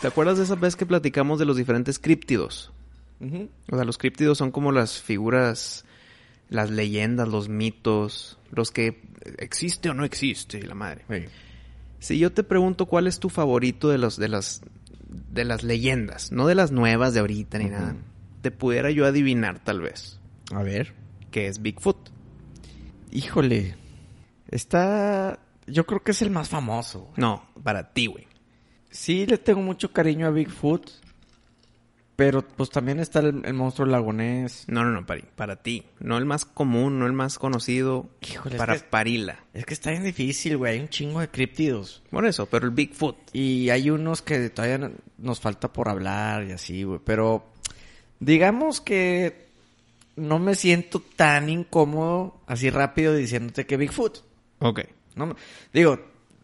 Speaker 1: ¿Te acuerdas de esa vez que platicamos de los diferentes críptidos?
Speaker 2: Ujú.
Speaker 1: O sea, los críptidos son como las figuras, las leyendas, los mitos, los que existe o no existe, y la madre.
Speaker 2: Sí.
Speaker 1: Si yo te pregunto cuál es tu favorito de los de las de las leyendas, no de las nuevas de ahorita ni
Speaker 2: Ujú.
Speaker 1: nada, te pudiera yo adivinar tal vez
Speaker 2: A ver.
Speaker 1: que es Bigfoot.
Speaker 2: Híjole. Está... Yo creo que es el más famoso. güey.
Speaker 1: No, para ti, güey.
Speaker 2: Sí, le tengo mucho cariño a Bigfoot. Pero pues también está el, el monstruo lagonés.
Speaker 1: No, no, no, para, para ti. No el más común, no el más conocido.
Speaker 2: Híjole, es
Speaker 1: para
Speaker 2: que-
Speaker 1: Parila.
Speaker 2: Es que está bien difícil, güey. Hay un chingo de críptidos.
Speaker 1: Por eso, pero el Bigfoot.
Speaker 2: Y hay unos que todavía no- nos falta por hablar y así, güey. Pero digamos que no me siento tan incómodo así rápido diciéndote que Bigfoot.
Speaker 1: Ok.
Speaker 2: No, me- digo,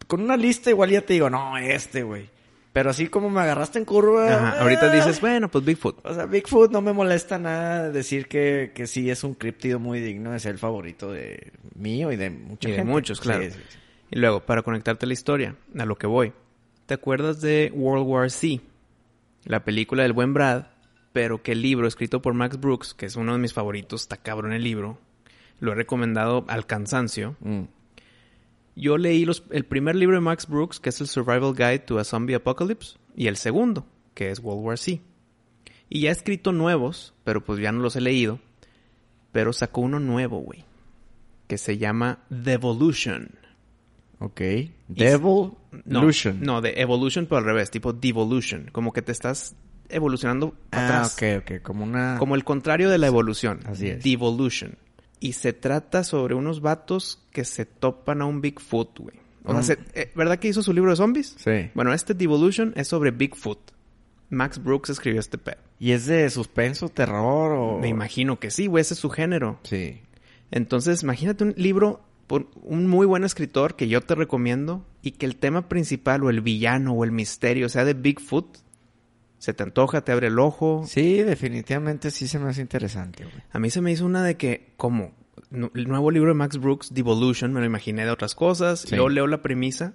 Speaker 2: con una lista igual ya te digo, no, este, güey. Pero así como me agarraste en curva.
Speaker 1: Ajá, ahorita
Speaker 2: ah,
Speaker 1: dices, bueno, pues Bigfoot.
Speaker 2: O sea, Bigfoot no me molesta nada decir que, que sí es un críptido muy digno de ser el favorito de mío y de mucha
Speaker 1: Y de
Speaker 2: gente.
Speaker 1: muchos, claro.
Speaker 2: Sí, sí, sí.
Speaker 1: Y luego, para conectarte a la historia, a lo que voy. ¿Te acuerdas de World War Z? La película del buen Brad, pero que el libro escrito por Max Brooks, que es uno de mis favoritos, está cabrón el libro. Lo he recomendado al cansancio.
Speaker 2: Mm.
Speaker 1: Yo leí los- el primer libro de Max Brooks, que es el Survival Guide to a Zombie Apocalypse, y el segundo, que es World War Z. Y ya he escrito nuevos, pero pues ya no los he leído. Pero sacó uno nuevo, güey. Que se llama Devolution.
Speaker 2: Ok. Devil
Speaker 1: No,
Speaker 2: Lucian.
Speaker 1: No, de evolution, pero al revés, tipo devolution. Como que te estás evolucionando
Speaker 2: Ah,
Speaker 1: atrás.
Speaker 2: ok, ok. Como una...
Speaker 1: Como el contrario de la evolución.
Speaker 2: así es.
Speaker 1: Devolution. Y se trata sobre unos vatos que se topan a un Bigfoot, güey. O sea,
Speaker 2: Mm.
Speaker 1: se- eh, ¿verdad que hizo su libro de zombies?
Speaker 2: Sí.
Speaker 1: Bueno, este Devolution es sobre Bigfoot. Max Brooks escribió este pedo.
Speaker 2: ¿Y es de suspenso, terror o...?
Speaker 1: Me imagino que sí, güey, ese es su género.
Speaker 2: Sí.
Speaker 1: Entonces, imagínate un libro por un muy buen escritor que yo te recomiendo y que el tema principal o el villano o el misterio sea de Bigfoot. Se te antoja, te abre el ojo.
Speaker 2: Sí, definitivamente sí se me hace interesante, güey.
Speaker 1: A mí se me hizo una de que, como Nu- el nuevo libro de Max Brooks, Devolution, me lo imaginé de otras cosas.
Speaker 2: Sí. Eh,
Speaker 1: Luego leo la premisa.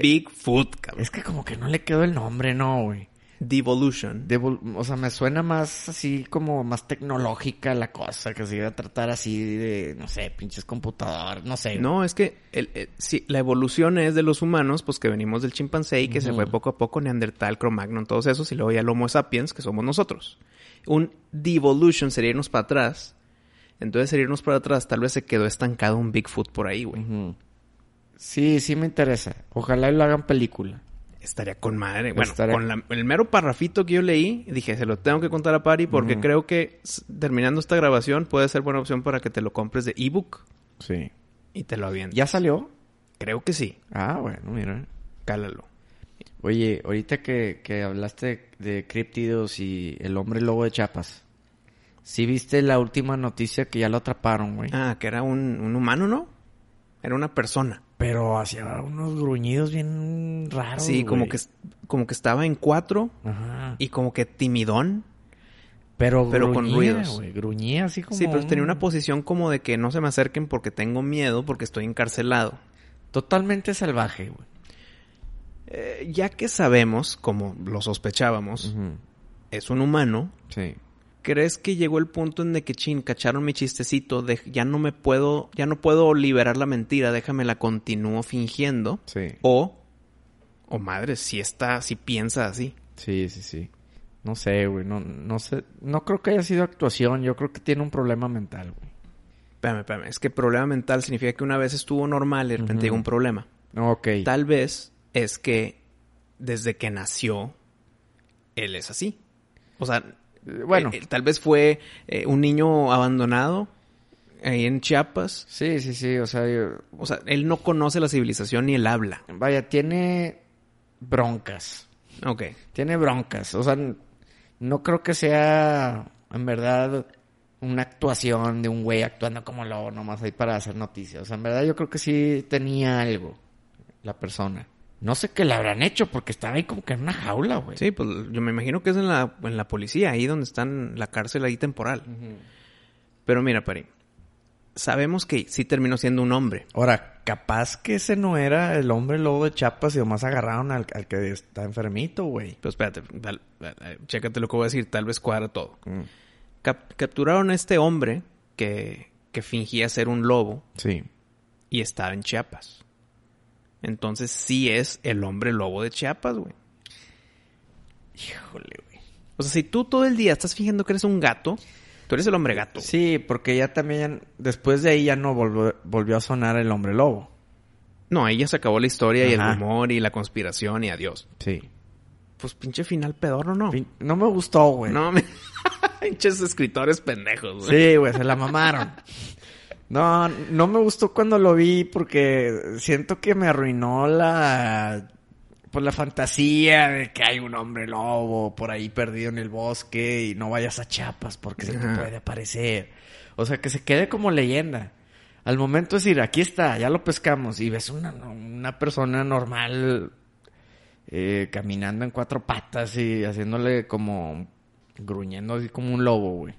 Speaker 1: Bigfoot, cabrón.
Speaker 2: Es que como que no le quedó el nombre, ¿no, güey?
Speaker 1: Devolution.
Speaker 2: Devil- O sea, me suena más así como más tecnológica la cosa, que se iba a tratar así de, no sé, pinches computador, no sé.
Speaker 1: No, es que el- eh, si la evolución es de los humanos, pues que venimos del chimpancé y que se
Speaker 2: Ujú.
Speaker 1: fue poco a poco Neandertal, Cro-Magnon, todos esos, y luego ya el Homo sapiens, que somos nosotros. Un devolution sería irnos para atrás. Entonces, sería irnos para atrás, tal vez se quedó estancado un Bigfoot por ahí, güey.
Speaker 2: Ujú. Sí, sí me interesa. Ojalá y lo hagan película.
Speaker 1: Estaría con madre. Bueno,
Speaker 2: Estaría-
Speaker 1: con la- el mero parrafito que yo leí, dije, se lo tengo que contar a Pari porque
Speaker 2: Ujú.
Speaker 1: creo que s- terminando esta grabación puede ser buena opción para que te lo compres de ebook
Speaker 2: Sí.
Speaker 1: y te lo avientes.
Speaker 2: ¿Ya salió?
Speaker 1: Creo que sí.
Speaker 2: Ah, bueno, mira.
Speaker 1: Cálalo.
Speaker 2: Oye, ahorita que, que hablaste de críptidos y el hombre lobo de Chiapas, ¿sí viste la última noticia que ya lo atraparon, güey?
Speaker 1: Ah, que era un, un humano, ¿no? Era una persona.
Speaker 2: Pero hacía unos gruñidos bien raros,
Speaker 1: sí, como
Speaker 2: güey.
Speaker 1: que, es- como que estaba en cuatro
Speaker 2: Ajá.
Speaker 1: y como que timidón.
Speaker 2: Pero,
Speaker 1: pero con
Speaker 2: gruñía,
Speaker 1: ruidos.
Speaker 2: güey, Gruñía así como...
Speaker 1: Sí, pero tenía
Speaker 2: un-
Speaker 1: una posición como de que no se me acerquen porque tengo miedo, porque estoy encarcelado.
Speaker 2: Totalmente salvaje, güey.
Speaker 1: Eh, ya que sabemos, como lo sospechábamos, es un humano,
Speaker 2: Sí.
Speaker 1: ¿crees que llegó el punto en de que, chin, cacharon mi chistecito, de, ya no me puedo, ya no puedo liberar la mentira, déjame la continúo fingiendo?
Speaker 2: Sí.
Speaker 1: O, o madre, si está, si piensa así.
Speaker 2: Sí, sí, sí. No sé, güey. No, no sé. No creo que haya sido actuación. Yo creo que tiene un problema mental, güey.
Speaker 1: Espérame, espérame. Es que problema mental significa que una vez estuvo normal y de repente
Speaker 2: Ujú.
Speaker 1: llegó un problema.
Speaker 2: No, ok.
Speaker 1: Tal vez es que desde que nació, él es así. O sea,
Speaker 4: Bueno.
Speaker 1: eh, eh, tal vez fue eh, un niño abandonado ahí en Chiapas.
Speaker 4: Sí, sí, sí, o sea, yo-
Speaker 1: O sea, él no conoce la civilización ni él habla.
Speaker 4: vaya, tiene broncas.
Speaker 1: Ok.
Speaker 4: Tiene broncas. O sea, n- no creo que sea en verdad una actuación de un güey actuando como lobo nomás ahí para hacer noticias. O sea, en verdad yo creo que sí tenía algo la persona. No sé qué le habrán hecho porque estaba ahí como que en una jaula, güey.
Speaker 1: Sí, pues yo me imagino que es en la, en la policía, ahí donde están la cárcel ahí temporal. Pero mira, Pari, sabemos que sí terminó siendo un hombre.
Speaker 2: Ahora, capaz que ese no era el hombre lobo de Chapas y nomás agarraron al, al que está enfermito, güey.
Speaker 1: Pero espérate, dal- eh, eh, chécate lo que voy a decir, tal vez cuadra todo.
Speaker 2: Mm.
Speaker 1: Cap- capturaron a este hombre que, que fingía ser un lobo
Speaker 2: Sí.
Speaker 1: y estaba en Chiapas. Entonces sí es el hombre lobo de Chiapas, güey.
Speaker 4: Híjole, güey.
Speaker 1: O sea, si tú todo el día estás fingiendo que eres un gato, tú eres el hombre gato.
Speaker 2: Sí, porque ya también, después de ahí ya no volvió, volvió a sonar el hombre lobo.
Speaker 1: No, ahí ya se acabó la historia y el
Speaker 2: Ajá.
Speaker 1: rumor y la conspiración y adiós.
Speaker 2: Sí.
Speaker 1: Pues pinche final pedorro, ¿no?
Speaker 2: Pin- No me gustó, güey.
Speaker 1: No, me... pinches escritores pendejos, güey.
Speaker 2: pues. Sí, güey, se la mamaron. No, no me gustó cuando lo vi porque siento que me arruinó la pues la fantasía de que hay un hombre lobo por ahí perdido en el bosque y no vayas a Chiapas porque se te
Speaker 1: Ajá.
Speaker 2: puede aparecer. O sea, que se quede como leyenda. Al momento es decir, aquí está, ya lo pescamos y ves una, una persona normal eh, caminando en cuatro patas y haciéndole como gruñendo así como un lobo, güey.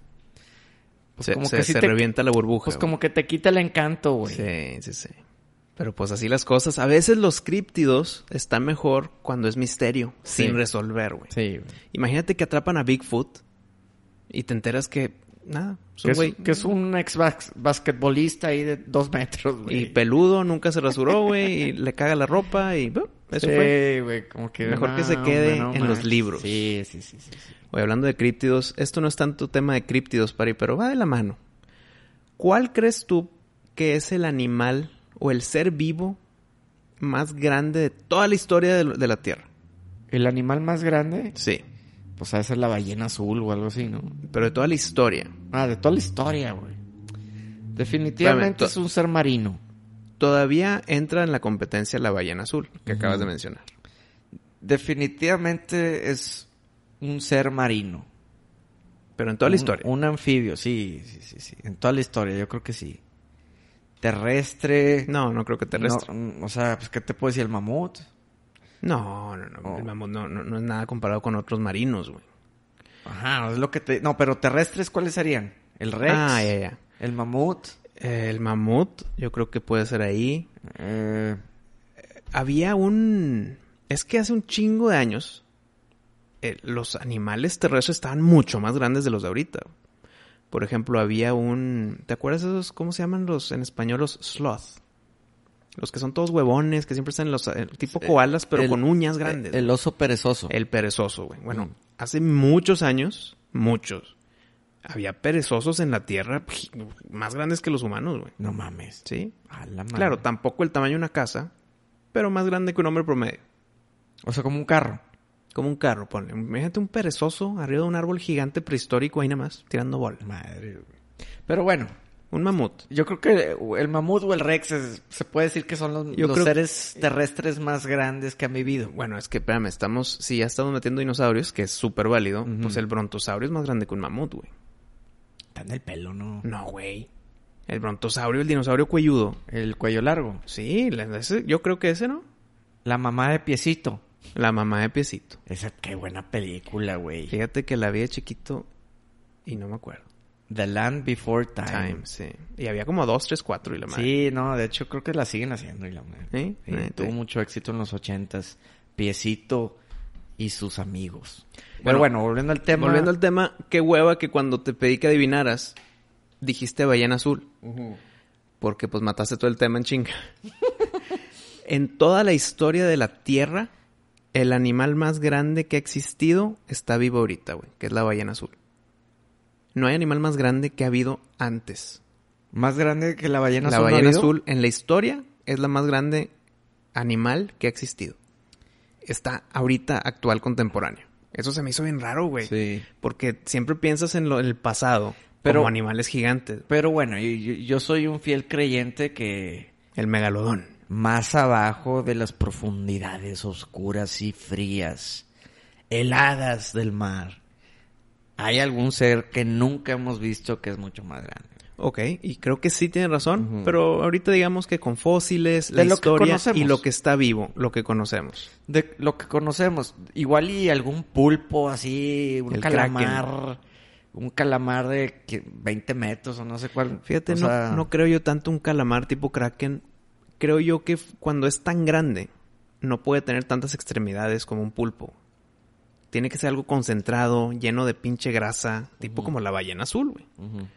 Speaker 2: Pues
Speaker 1: se
Speaker 2: como
Speaker 1: se-
Speaker 2: que sí
Speaker 1: se
Speaker 2: te-
Speaker 1: revienta la burbuja.
Speaker 2: Pues
Speaker 1: güey.
Speaker 2: como que te quita el encanto, güey.
Speaker 1: Sí, sí, sí. Pues Pero pues así las cosas. A veces los críptidos están mejor cuando es misterio,
Speaker 2: Sí.
Speaker 1: sin resolver, güey.
Speaker 2: Sí, güey.
Speaker 1: Imagínate que atrapan a Bigfoot y te enteras que nada, es
Speaker 2: Que
Speaker 1: un
Speaker 2: es,
Speaker 1: güey
Speaker 2: que es un ex bas- basquetbolista ahí de dos metros,
Speaker 1: y
Speaker 2: güey.
Speaker 1: peludo, nunca se rasuró, güey, y le caga la ropa y bueno, eso fue.
Speaker 2: Sí, güey, como que...
Speaker 1: Mejor que se quede en los
Speaker 2: manches.
Speaker 1: libros.
Speaker 2: Sí, sí, sí, sí, sí.
Speaker 1: Oye, hablando de críptidos, esto no es tanto tema de críptidos, Pari, pero va de la mano. ¿Cuál crees tú que es el animal o el ser vivo más grande de toda la historia de, lo- de la Tierra?
Speaker 2: El animal más grande,
Speaker 1: Sí,
Speaker 2: pues a veces la ballena azul o algo así, ¿no?
Speaker 1: pero de toda la historia.
Speaker 2: Ah, de toda la historia, güey. Definitivamente
Speaker 1: Espérame, to-
Speaker 2: es un ser marino.
Speaker 1: Todavía entra en la competencia la ballena azul, que acabas de mencionar.
Speaker 2: Definitivamente es un ser marino.
Speaker 1: Pero en toda la
Speaker 2: Un-
Speaker 1: historia.
Speaker 2: Un anfibio, sí, sí, sí, sí. En toda la historia, yo creo que sí. Terrestre.
Speaker 1: No, no creo que terrestre.
Speaker 2: No, mm, o sea, pues, ¿qué te puedo decir? El mamut.
Speaker 1: No, no, no.
Speaker 2: Oh.
Speaker 1: el mamut no, no- no es nada comparado con otros marinos, güey.
Speaker 2: Ajá, es lo que te... No, pero terrestres, ¿cuáles serían? El rex.
Speaker 1: Ah, ya, ya.
Speaker 2: El mamut.
Speaker 1: El mamut, yo creo que puede ser ahí.
Speaker 2: eh,
Speaker 1: había un... Es que hace un chingo de años eh, los animales terrestres estaban mucho más grandes de los de ahorita. Por ejemplo, había un... ¿Te acuerdas de esos? ¿Cómo se llaman los en español los sloth? Los que son todos huevones, que siempre están en los... eh, tipo koalas, pero
Speaker 2: el-
Speaker 1: con uñas grandes.
Speaker 2: El Mm. oso perezoso.
Speaker 1: El perezoso, güey. Bueno, hace muchos años, muchos, había perezosos en la Tierra pues, más grandes que los humanos, güey.
Speaker 2: No mames.
Speaker 1: ¿Sí?
Speaker 2: A la madre.
Speaker 1: Claro, tampoco el tamaño de una casa, pero más grande que un hombre promedio.
Speaker 2: O sea, como un carro.
Speaker 1: Como un carro, ponle. Imagínate un perezoso arriba de un árbol gigante prehistórico ahí nada más, tirando bola.
Speaker 2: Madre, güey. Pero bueno,
Speaker 1: Un mamut.
Speaker 2: yo creo que el mamut o el rex es- se puede decir que son los,
Speaker 1: Yo
Speaker 2: los
Speaker 1: creo-
Speaker 2: seres terrestres más grandes que han vivido.
Speaker 1: Bueno, es que, espérame, estamos... Si ya estamos metiendo dinosaurios, que es súper válido, pues el brontosaurio es más grande que un mamut, güey.
Speaker 2: Está en el pelo, ¿no?
Speaker 1: No, güey. El brontosaurio, el dinosaurio cuelludo.
Speaker 2: El cuello largo.
Speaker 1: Sí, la- ese- yo creo que ese, ¿no?
Speaker 2: La mamá de piecito.
Speaker 1: La mamá de piecito.
Speaker 2: Esa, qué buena película, güey.
Speaker 1: Fíjate que la vi de chiquito y no me acuerdo.
Speaker 2: The Land Before Time.
Speaker 1: Time, sí. Y había como dos, tres, cuatro y la madre.
Speaker 2: Sí, no, de hecho creo que la siguen haciendo. Y la madre.
Speaker 1: ¿Sí?
Speaker 2: Sí,
Speaker 1: Eh,
Speaker 2: tuvo
Speaker 1: sí.
Speaker 2: mucho éxito en los ochentas. Piecito y sus amigos.
Speaker 1: Bueno,
Speaker 2: Pero bueno, volviendo al tema.
Speaker 1: Volviendo al tema, qué hueva que cuando te pedí que adivinaras, dijiste ballena azul. Porque pues mataste todo el tema en chinga. en toda la historia de la Tierra, el animal más grande que ha existido está vivo ahorita, güey, que es la ballena azul. No hay animal más grande que ha habido antes.
Speaker 2: Más grande que la ballena
Speaker 1: La
Speaker 2: azul. no ha
Speaker 1: ballena
Speaker 2: habido?
Speaker 1: azul en la historia es la más grande animal que ha existido. Está ahorita actual contemporáneo. Eso se me hizo bien raro, güey.
Speaker 2: Sí.
Speaker 1: Porque siempre piensas en, lo, en el pasado,
Speaker 2: Pero-
Speaker 1: como animales gigantes.
Speaker 2: Pero bueno, yo, yo- yo soy un fiel creyente que
Speaker 1: El megalodón.
Speaker 2: más abajo de las profundidades oscuras y frías, heladas del mar, hay algún ser que nunca hemos visto que es mucho más grande.
Speaker 1: Ok, y creo que sí tiene razón, pero ahorita digamos que con fósiles, la
Speaker 2: De lo que
Speaker 1: historia y
Speaker 2: conocemos.
Speaker 1: lo que está vivo, lo que conocemos.
Speaker 2: De lo que conocemos, igual y algún pulpo así, un
Speaker 1: El
Speaker 2: calamar, un calamar de que- 20 metros o no sé cuál.
Speaker 1: Fíjate,
Speaker 2: O
Speaker 1: no,
Speaker 2: sea,
Speaker 1: no creo yo tanto un calamar tipo kraken. Creo yo que f- cuando es tan grande, no puede tener tantas extremidades como un pulpo. Tiene que ser algo concentrado, lleno de pinche grasa, tipo como la ballena azul, güey.
Speaker 2: Ujú.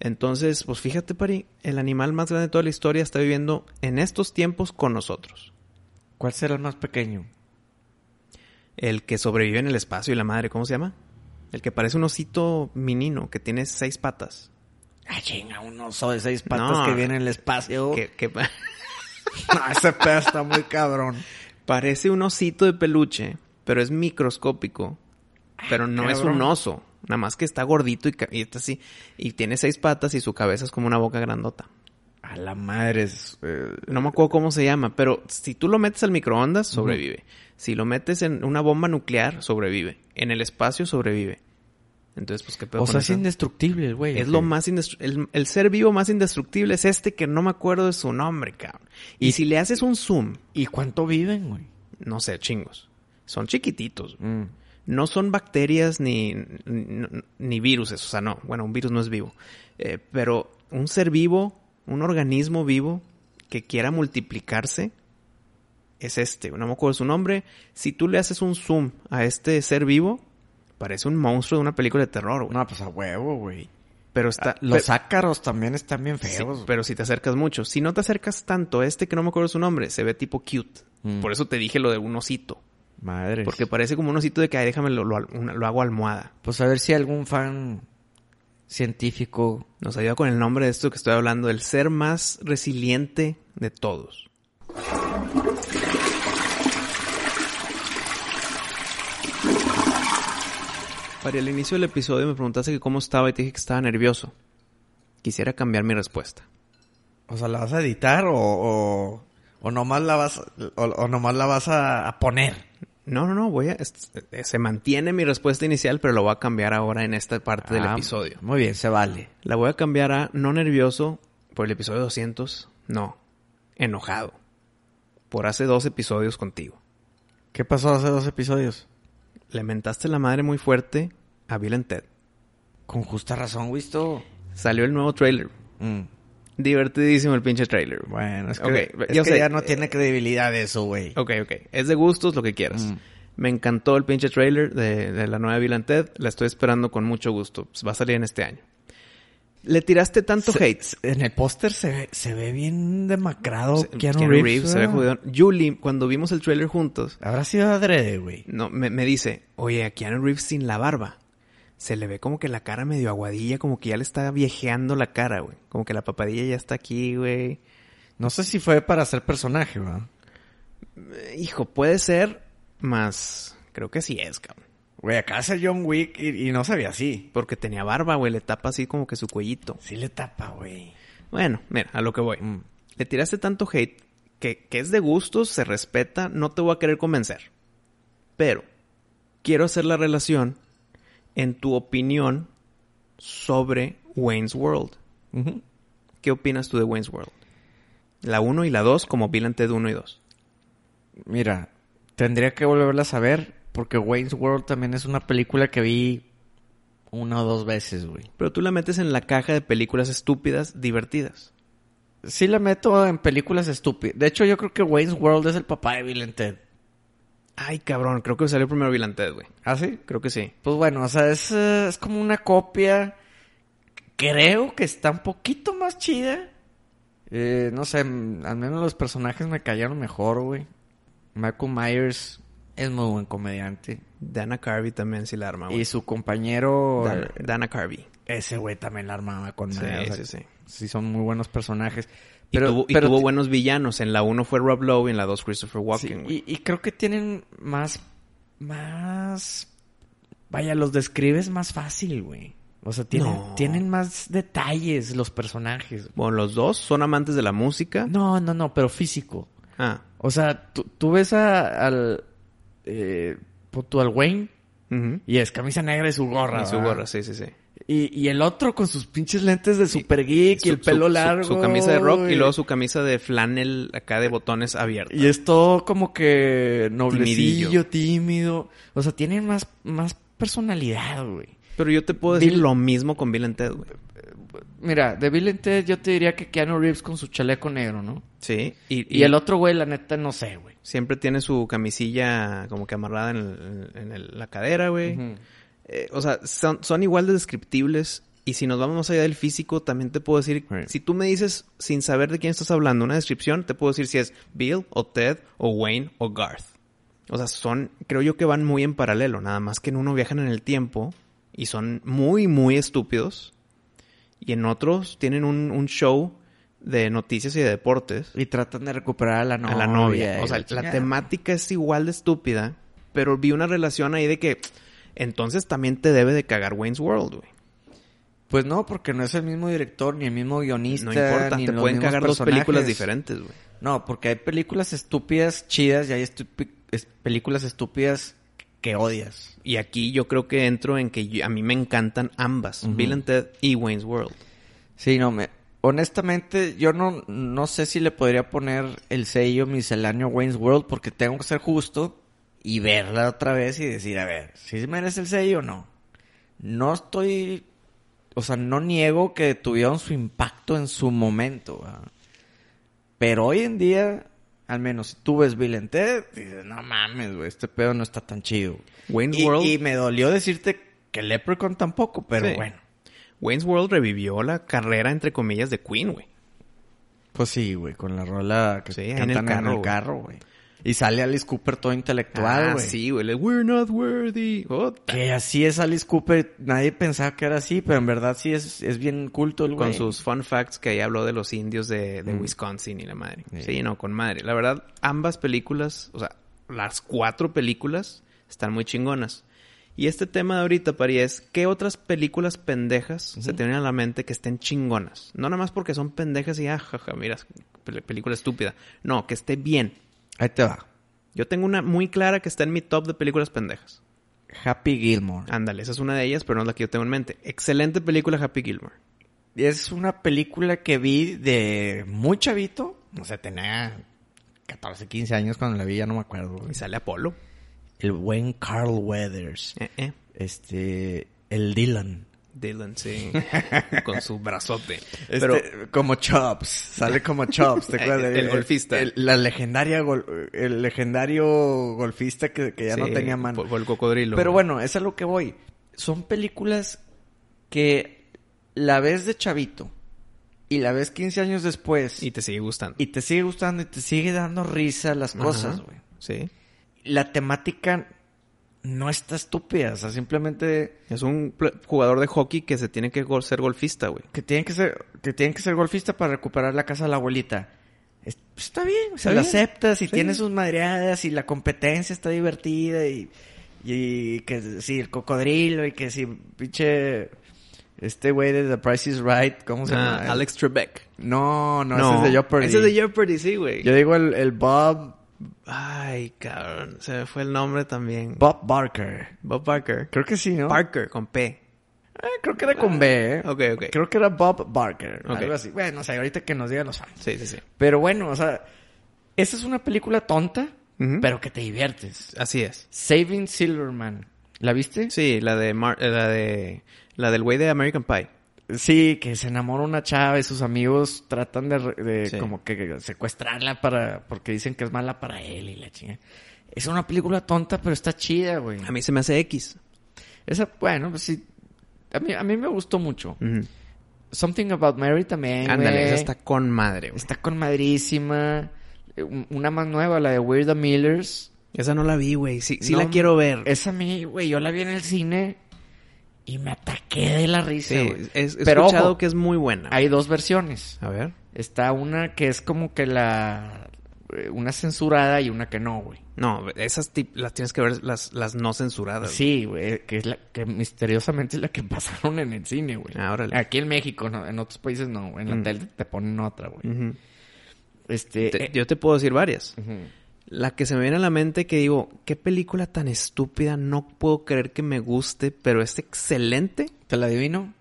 Speaker 1: Entonces, pues fíjate, Pari, el animal más grande de toda la historia está viviendo en estos tiempos con nosotros.
Speaker 2: ¿Cuál será el más pequeño?
Speaker 1: El que sobrevive en el espacio y la madre, ¿cómo se llama? El que parece un osito minino, que tiene seis patas.
Speaker 2: Ah, chinga, un oso de seis patas
Speaker 1: No.
Speaker 2: que viene en el espacio.
Speaker 1: Que, que pa-
Speaker 2: No, ese pedo está muy cabrón.
Speaker 1: parece un osito de peluche, pero es microscópico. Pero no es un
Speaker 2: cabrón.
Speaker 1: oso. Nada más que está gordito y, ca- y está así. Y tiene seis patas y su cabeza es como una boca grandota.
Speaker 2: A la madre. es, eh,
Speaker 1: No me acuerdo cómo se llama, pero si tú lo metes al microondas, sobrevive. Si lo metes en una bomba nuclear, sobrevive. En el espacio, sobrevive. Entonces, pues, ¿qué pedo
Speaker 2: o
Speaker 1: con
Speaker 2: sea, es
Speaker 1: eso?
Speaker 2: indestructible el güey.
Speaker 1: Es
Speaker 2: ok.
Speaker 1: lo más indes- el, el ser vivo más indestructible es este que no me acuerdo de su nombre, cabrón. Y, si le haces un zoom,
Speaker 2: ¿Y cuánto viven, güey?
Speaker 1: no sé, chingos. Son chiquititos.
Speaker 2: Mm.
Speaker 1: No son bacterias ni, ni, ni viruses. O sea, no. Bueno, un virus no es vivo. Eh, pero un ser vivo, un organismo vivo que quiera multiplicarse es este. No me acuerdo de su nombre. Si tú le haces un zoom a este ser vivo, parece un monstruo de una película de terror, güey.
Speaker 2: No, pues a huevo, güey. Ah,
Speaker 1: pero está...
Speaker 2: Los
Speaker 1: pe-
Speaker 2: ácaros también están bien
Speaker 1: Sí,
Speaker 2: feos. güey.
Speaker 1: pero si te acercas mucho. Si no te acercas tanto, este que no me acuerdo su nombre, se ve tipo cute.
Speaker 2: Mm.
Speaker 1: Por eso te dije lo de un osito.
Speaker 2: Madres.
Speaker 1: Porque parece como un osito de que, ay, déjame, lo, lo al- una- lo hago almohada.
Speaker 2: Pues a ver si algún fan científico.
Speaker 1: Nos ayuda con el nombre de esto que estoy hablando, el ser más resiliente de todos. Para el inicio del episodio me preguntaste que cómo estaba y te dije que estaba nervioso. Quisiera cambiar mi respuesta.
Speaker 2: O sea, ¿la vas a editar o, o, o nomás la vas, o, o nomás la vas a, a poner?
Speaker 1: No, no, no, voy a... es- eh, se mantiene mi respuesta inicial, pero la voy a cambiar ahora en esta parte del
Speaker 2: Ah,
Speaker 1: episodio.
Speaker 2: Muy bien, se vale.
Speaker 1: La voy a cambiar a no nervioso por el episodio 200, no, enojado. Por hace dos episodios contigo.
Speaker 2: ¿Qué pasó hace dos episodios?
Speaker 1: Lamentaste la madre muy fuerte a Bill and Ted.
Speaker 2: Con justa razón, güey. esto.
Speaker 1: Salió el nuevo trailer.
Speaker 2: Mm.
Speaker 1: Divertidísimo el pinche trailer. güey.
Speaker 2: Bueno, es que,
Speaker 1: Ok,
Speaker 2: es
Speaker 1: yo
Speaker 2: que
Speaker 1: sé.
Speaker 2: ya no tiene credibilidad eso, güey.
Speaker 1: Ok, ok. Es de gustos lo que quieras.
Speaker 2: Mm.
Speaker 1: Me encantó el pinche trailer de, de la nueva Bill and Ted. La estoy esperando con mucho gusto. Pues va a salir en este año. Le tiraste tanto
Speaker 2: Se-
Speaker 1: hate.
Speaker 2: se- En el póster se ve, se ve bien demacrado
Speaker 1: Se-
Speaker 2: Keanu,
Speaker 1: Keanu
Speaker 2: Reeves. ah.
Speaker 1: Reeves se ve
Speaker 2: ¿verdad?
Speaker 1: jodido. Julie, cuando vimos el trailer juntos,
Speaker 2: Habrá sido adrede, güey.
Speaker 1: no, me, me dice, oye, a Keanu Reeves sin la barba. Se le ve como que la cara medio aguadilla, como que ya le está viejeando la cara, güey. Como que la papadilla ya está aquí, güey.
Speaker 2: No sé si fue para ser personaje, ¿verdad?
Speaker 1: Eh, Hijo, puede ser, más creo que sí es, cabrón.
Speaker 2: Güey, acá hace John Wick y, y no se ve así.
Speaker 1: Porque tenía barba, güey, le tapa así como que su cuellito.
Speaker 2: Sí le tapa, güey. Mm.
Speaker 1: Bueno, mira, a lo que voy. Le tiraste tanto hate que, que es de gustos, se respeta, no te voy a querer convencer. Pero quiero hacer la relación en tu opinión sobre Wayne's World. ¿Qué opinas tú de Wayne's World? La 1 y la 2 como Bill and Ted 1 y 2.
Speaker 2: Mira, tendría que volverlas a ver porque Wayne's World también es una película que vi una o dos veces, güey.
Speaker 1: Pero tú la metes en la caja de películas estúpidas, divertidas.
Speaker 2: Sí la meto en películas estúpidas. De hecho, yo creo que Wayne's World es el papá de Bill and Ted.
Speaker 1: Ay, cabrón, creo que salió primero Bill and Ted, güey.
Speaker 2: ¿Ah, sí?
Speaker 1: Creo que sí.
Speaker 2: Pues bueno, o sea, es, eh, es como una copia. Creo que está un poquito más chida. Eh, no sé, m- al menos los personajes me cayeron mejor, güey. Michael Myers es muy buen comediante.
Speaker 1: Dana Carvey también sí la arma, güey.
Speaker 2: Y su compañero,
Speaker 1: Dana,
Speaker 2: eh,
Speaker 1: Dana Carvey.
Speaker 2: ese güey también la armaba con
Speaker 1: Sí,
Speaker 2: madre, o
Speaker 1: sí,
Speaker 2: sea,
Speaker 1: sí.
Speaker 2: sí son muy buenos personajes.
Speaker 1: Y
Speaker 2: Pero,
Speaker 1: tuvo, y
Speaker 2: pero
Speaker 1: tuvo
Speaker 2: ti-
Speaker 1: buenos villanos. En la 1 fue Rob Lowe y en la 2 Christopher
Speaker 2: sí,
Speaker 1: Walken. güey.
Speaker 2: y, y creo que tienen más, más
Speaker 5: Vaya, los describes más fácil, güey. O sea, tienen,
Speaker 1: No.
Speaker 5: tienen más detalles los personajes.
Speaker 1: Bueno, los dos son amantes de la música.
Speaker 5: No, no, no, pero físico.
Speaker 1: Ah,
Speaker 5: O sea, tú, tú ves a- al. Eh, pon tú al Wayne
Speaker 1: ujú.
Speaker 5: y es camisa negra y su gorra.
Speaker 1: Y su
Speaker 5: ¿verdad?
Speaker 1: gorra, sí, sí, sí.
Speaker 5: Y, y el otro con sus pinches lentes de super geek y
Speaker 1: Su-
Speaker 5: el pelo
Speaker 1: su- su-
Speaker 5: largo.
Speaker 1: Su, camisa de rock y
Speaker 5: y-
Speaker 1: luego su camisa de flannel acá de botones abiertos.
Speaker 5: Y es todo como que
Speaker 1: Timidillo.
Speaker 5: noblecillo, tímido. O sea, tienen más, más personalidad, güey.
Speaker 1: Pero yo te puedo decir
Speaker 5: Bill-
Speaker 1: lo mismo con Bill and Ted, güey.
Speaker 5: Mira, de Bill and Ted yo te diría que Keanu Reeves con su chaleco negro, ¿no?
Speaker 1: Sí.
Speaker 5: Y, el otro güey, la neta, no sé, güey.
Speaker 1: Siempre tiene su camisilla como que amarrada en, el- en el- la cadera, güey.
Speaker 5: Ujú.
Speaker 1: Eh, o sea, son, son igual de descriptibles. Y si nos vamos más allá del físico, también te puedo decir,
Speaker 5: Right.
Speaker 1: si tú me dices sin saber de quién estás hablando una descripción, te puedo decir si es Bill o Ted o Wayne o Garth. O sea, son, creo yo que van muy en paralelo, nada más que en uno viajan en el tiempo y son muy, muy estúpidos. Y en otros tienen un, un show de noticias y de deportes
Speaker 2: Y tratan de recuperar a la novia.
Speaker 1: a la novia.
Speaker 2: y
Speaker 1: O sea, la
Speaker 2: chingada.
Speaker 1: temática es igual de estúpida, pero vi una relación ahí de que entonces también te debe de cagar Wayne's World, güey.
Speaker 2: Pues no, porque no es el mismo director, ni el mismo guionista.
Speaker 1: No importa,
Speaker 2: ni
Speaker 1: te
Speaker 2: los
Speaker 1: pueden
Speaker 2: mismos
Speaker 1: cagar dos películas
Speaker 2: personajes.
Speaker 1: diferentes, güey.
Speaker 2: No, porque hay películas estúpidas chidas y hay estupi- es- películas estúpidas que odias.
Speaker 1: Y aquí yo creo que entro en que yo- a mí me encantan ambas, Bill and Ted y Wayne's World.
Speaker 2: Sí, no, me... Honestamente, yo no, no sé si le podría poner el sello misceláneo Wayne's World porque tengo que ser justo y verla otra vez y decir, a ver, si merece el sello o no. No estoy... O sea, no niego que tuvieron su impacto en su momento. ¿verdad? Pero hoy en día, al menos si tú ves Bill and Ted, dices, no mames, güey, este pedo no está tan chido.
Speaker 1: Wayne's
Speaker 2: y,
Speaker 1: World.
Speaker 2: y me dolió decirte que Leprechaun tampoco, pero
Speaker 1: Sí.
Speaker 2: bueno.
Speaker 1: Wayne's World revivió la carrera, entre comillas, de Queen, güey.
Speaker 2: Pues sí, güey, con la rola que
Speaker 1: Sí, ahí en
Speaker 2: cantan
Speaker 1: el
Speaker 2: en el
Speaker 1: carro,
Speaker 2: carro,
Speaker 1: güey.
Speaker 2: güey. Y sale Alice Cooper todo intelectual,
Speaker 1: Ah,
Speaker 2: güey.
Speaker 1: sí, güey. le- We're not worthy. Oh, Ota.
Speaker 2: Que así es Alice Cooper, nadie pensaba que era así, pero en verdad sí es, es bien culto el güey.
Speaker 1: Con sus fun facts que ahí habló de los indios de, de Wisconsin y la madre.
Speaker 2: Sí.
Speaker 1: Sí, no, con madre. La verdad, ambas películas, o sea, las cuatro películas están muy chingonas. Y este tema de ahorita, Pari, es ¿qué otras películas pendejas se te vienen a la mente que estén chingonas? No nada más porque son pendejas y ajaja, mira, pel- película estúpida. No, que esté bien.
Speaker 2: Ahí te va.
Speaker 1: Yo tengo una muy clara que está en mi top de películas pendejas.
Speaker 2: Happy Gilmore.
Speaker 1: Ándale, esa es una de ellas, pero no es la que yo tengo en mente. Excelente película Happy Gilmore.
Speaker 2: Es una película que vi de muy chavito. No sé, tenía 14, 15 años cuando la vi, ya no me acuerdo. güey.
Speaker 1: Y sale Apolo.
Speaker 2: El buen Carl Weathers.
Speaker 1: Eh, eh.
Speaker 2: Este, el Dylan.
Speaker 1: Dylan, sí. Con su brazote. Pero
Speaker 2: Pero Este, como Chops, sale como Chops, ¿te acuerdas?
Speaker 1: El golfista.
Speaker 2: el- la legendaria gol- el legendario golfista que, que ya no
Speaker 1: sí,
Speaker 2: tenía mano.
Speaker 1: Por, por el cocodrilo.
Speaker 2: Pero bueno, es a lo que voy. Son películas que la ves de chavito y la ves 15 años después
Speaker 1: Y
Speaker 2: y,
Speaker 1: te sigue gustando.
Speaker 2: te sigue gustando y te sigue dando risa las cosas,
Speaker 1: Ajá,
Speaker 2: güey.
Speaker 1: Sí.
Speaker 2: La temática no está estúpida, o sea, simplemente
Speaker 1: Es un pl- jugador de hockey que se tiene que gol- ser golfista, güey.
Speaker 2: que tienen que ser que tienen que ser golfista para recuperar la casa de la abuelita. Es- pues, está bien, se
Speaker 1: Está
Speaker 2: lo
Speaker 1: bien.
Speaker 2: aceptas y
Speaker 1: Sí.
Speaker 2: tiene sus madreadas y la competencia está divertida y y que si el cocodrilo y que si pinche este güey de The Price is Right, ¿cómo se
Speaker 1: Ah,
Speaker 2: llama?
Speaker 1: Alex Trebek.
Speaker 2: No, no, ese es de Jeopardy.
Speaker 1: Ese es de Jeopardy, sí, güey.
Speaker 2: Yo digo el, el Bob
Speaker 1: Ay, cabrón. Se me fue el nombre también.
Speaker 2: Bob Barker.
Speaker 1: Bob Parker.
Speaker 2: Creo que sí, ¿no?
Speaker 1: Parker, con P.
Speaker 2: Eh, creo que era con B, ¿eh?
Speaker 1: Ah, Ok, ok.
Speaker 2: Creo que era Bob Barker,
Speaker 1: Ok.
Speaker 2: algo así. Bueno, o sea, ahorita que nos digan los fans.
Speaker 1: Sí, sí, sí.
Speaker 2: Pero bueno, o sea, esa es una película tonta,
Speaker 1: Ujú.
Speaker 2: pero que te diviertes.
Speaker 1: Así es.
Speaker 5: Saving Silverman. ¿La viste?
Speaker 1: Sí, la de... Mar- eh, la de... La del güey de American Pie.
Speaker 5: Sí, que se enamora una chava y sus amigos tratan de, re- de
Speaker 1: Sí.
Speaker 5: como que secuestrarla para porque dicen que es mala para él y la chinga. Es una película tonta, pero está chida, güey.
Speaker 1: A mí se me hace X.
Speaker 5: Esa, bueno, pues sí. A mí, a mí me gustó mucho.
Speaker 1: Ujú.
Speaker 5: Something About Mary también.
Speaker 1: Mm. Ándale,
Speaker 5: güey.
Speaker 1: esa está con madre, güey.
Speaker 5: Está con madrísima. Eh, un- Una más nueva, la de Weird the Millers.
Speaker 1: Esa no la vi, güey. Sí, sí
Speaker 5: No,
Speaker 1: la quiero ver.
Speaker 5: Esa a mí, güey, yo la vi en el cine y me ataqué de la risa,
Speaker 1: Sí,
Speaker 5: güey.
Speaker 1: es, he
Speaker 5: Pero
Speaker 1: escuchado
Speaker 5: ojo,
Speaker 1: que es muy buena.
Speaker 5: hay dos versiones.
Speaker 1: A ver.
Speaker 5: Está una que es como que la eh, una censurada y una que no, güey.
Speaker 1: No, esas ti- las tienes que ver, las, las no censuradas. güey.
Speaker 5: Sí, güey, eh, que es la que misteriosamente es la que pasaron en el cine, güey.
Speaker 1: Ah, órale.
Speaker 5: Aquí en México, no, en otros países no, güey. en la
Speaker 1: Mm.
Speaker 5: tele te ponen otra,
Speaker 2: Mm.
Speaker 5: güey.
Speaker 1: Ujú.
Speaker 5: Este,
Speaker 1: Te-
Speaker 5: eh,
Speaker 1: yo te puedo decir varias.
Speaker 5: ujú.
Speaker 1: La que se me viene a la mente que digo, qué película tan estúpida, no puedo creer que me guste, pero es excelente.
Speaker 2: ¿Te la adivino?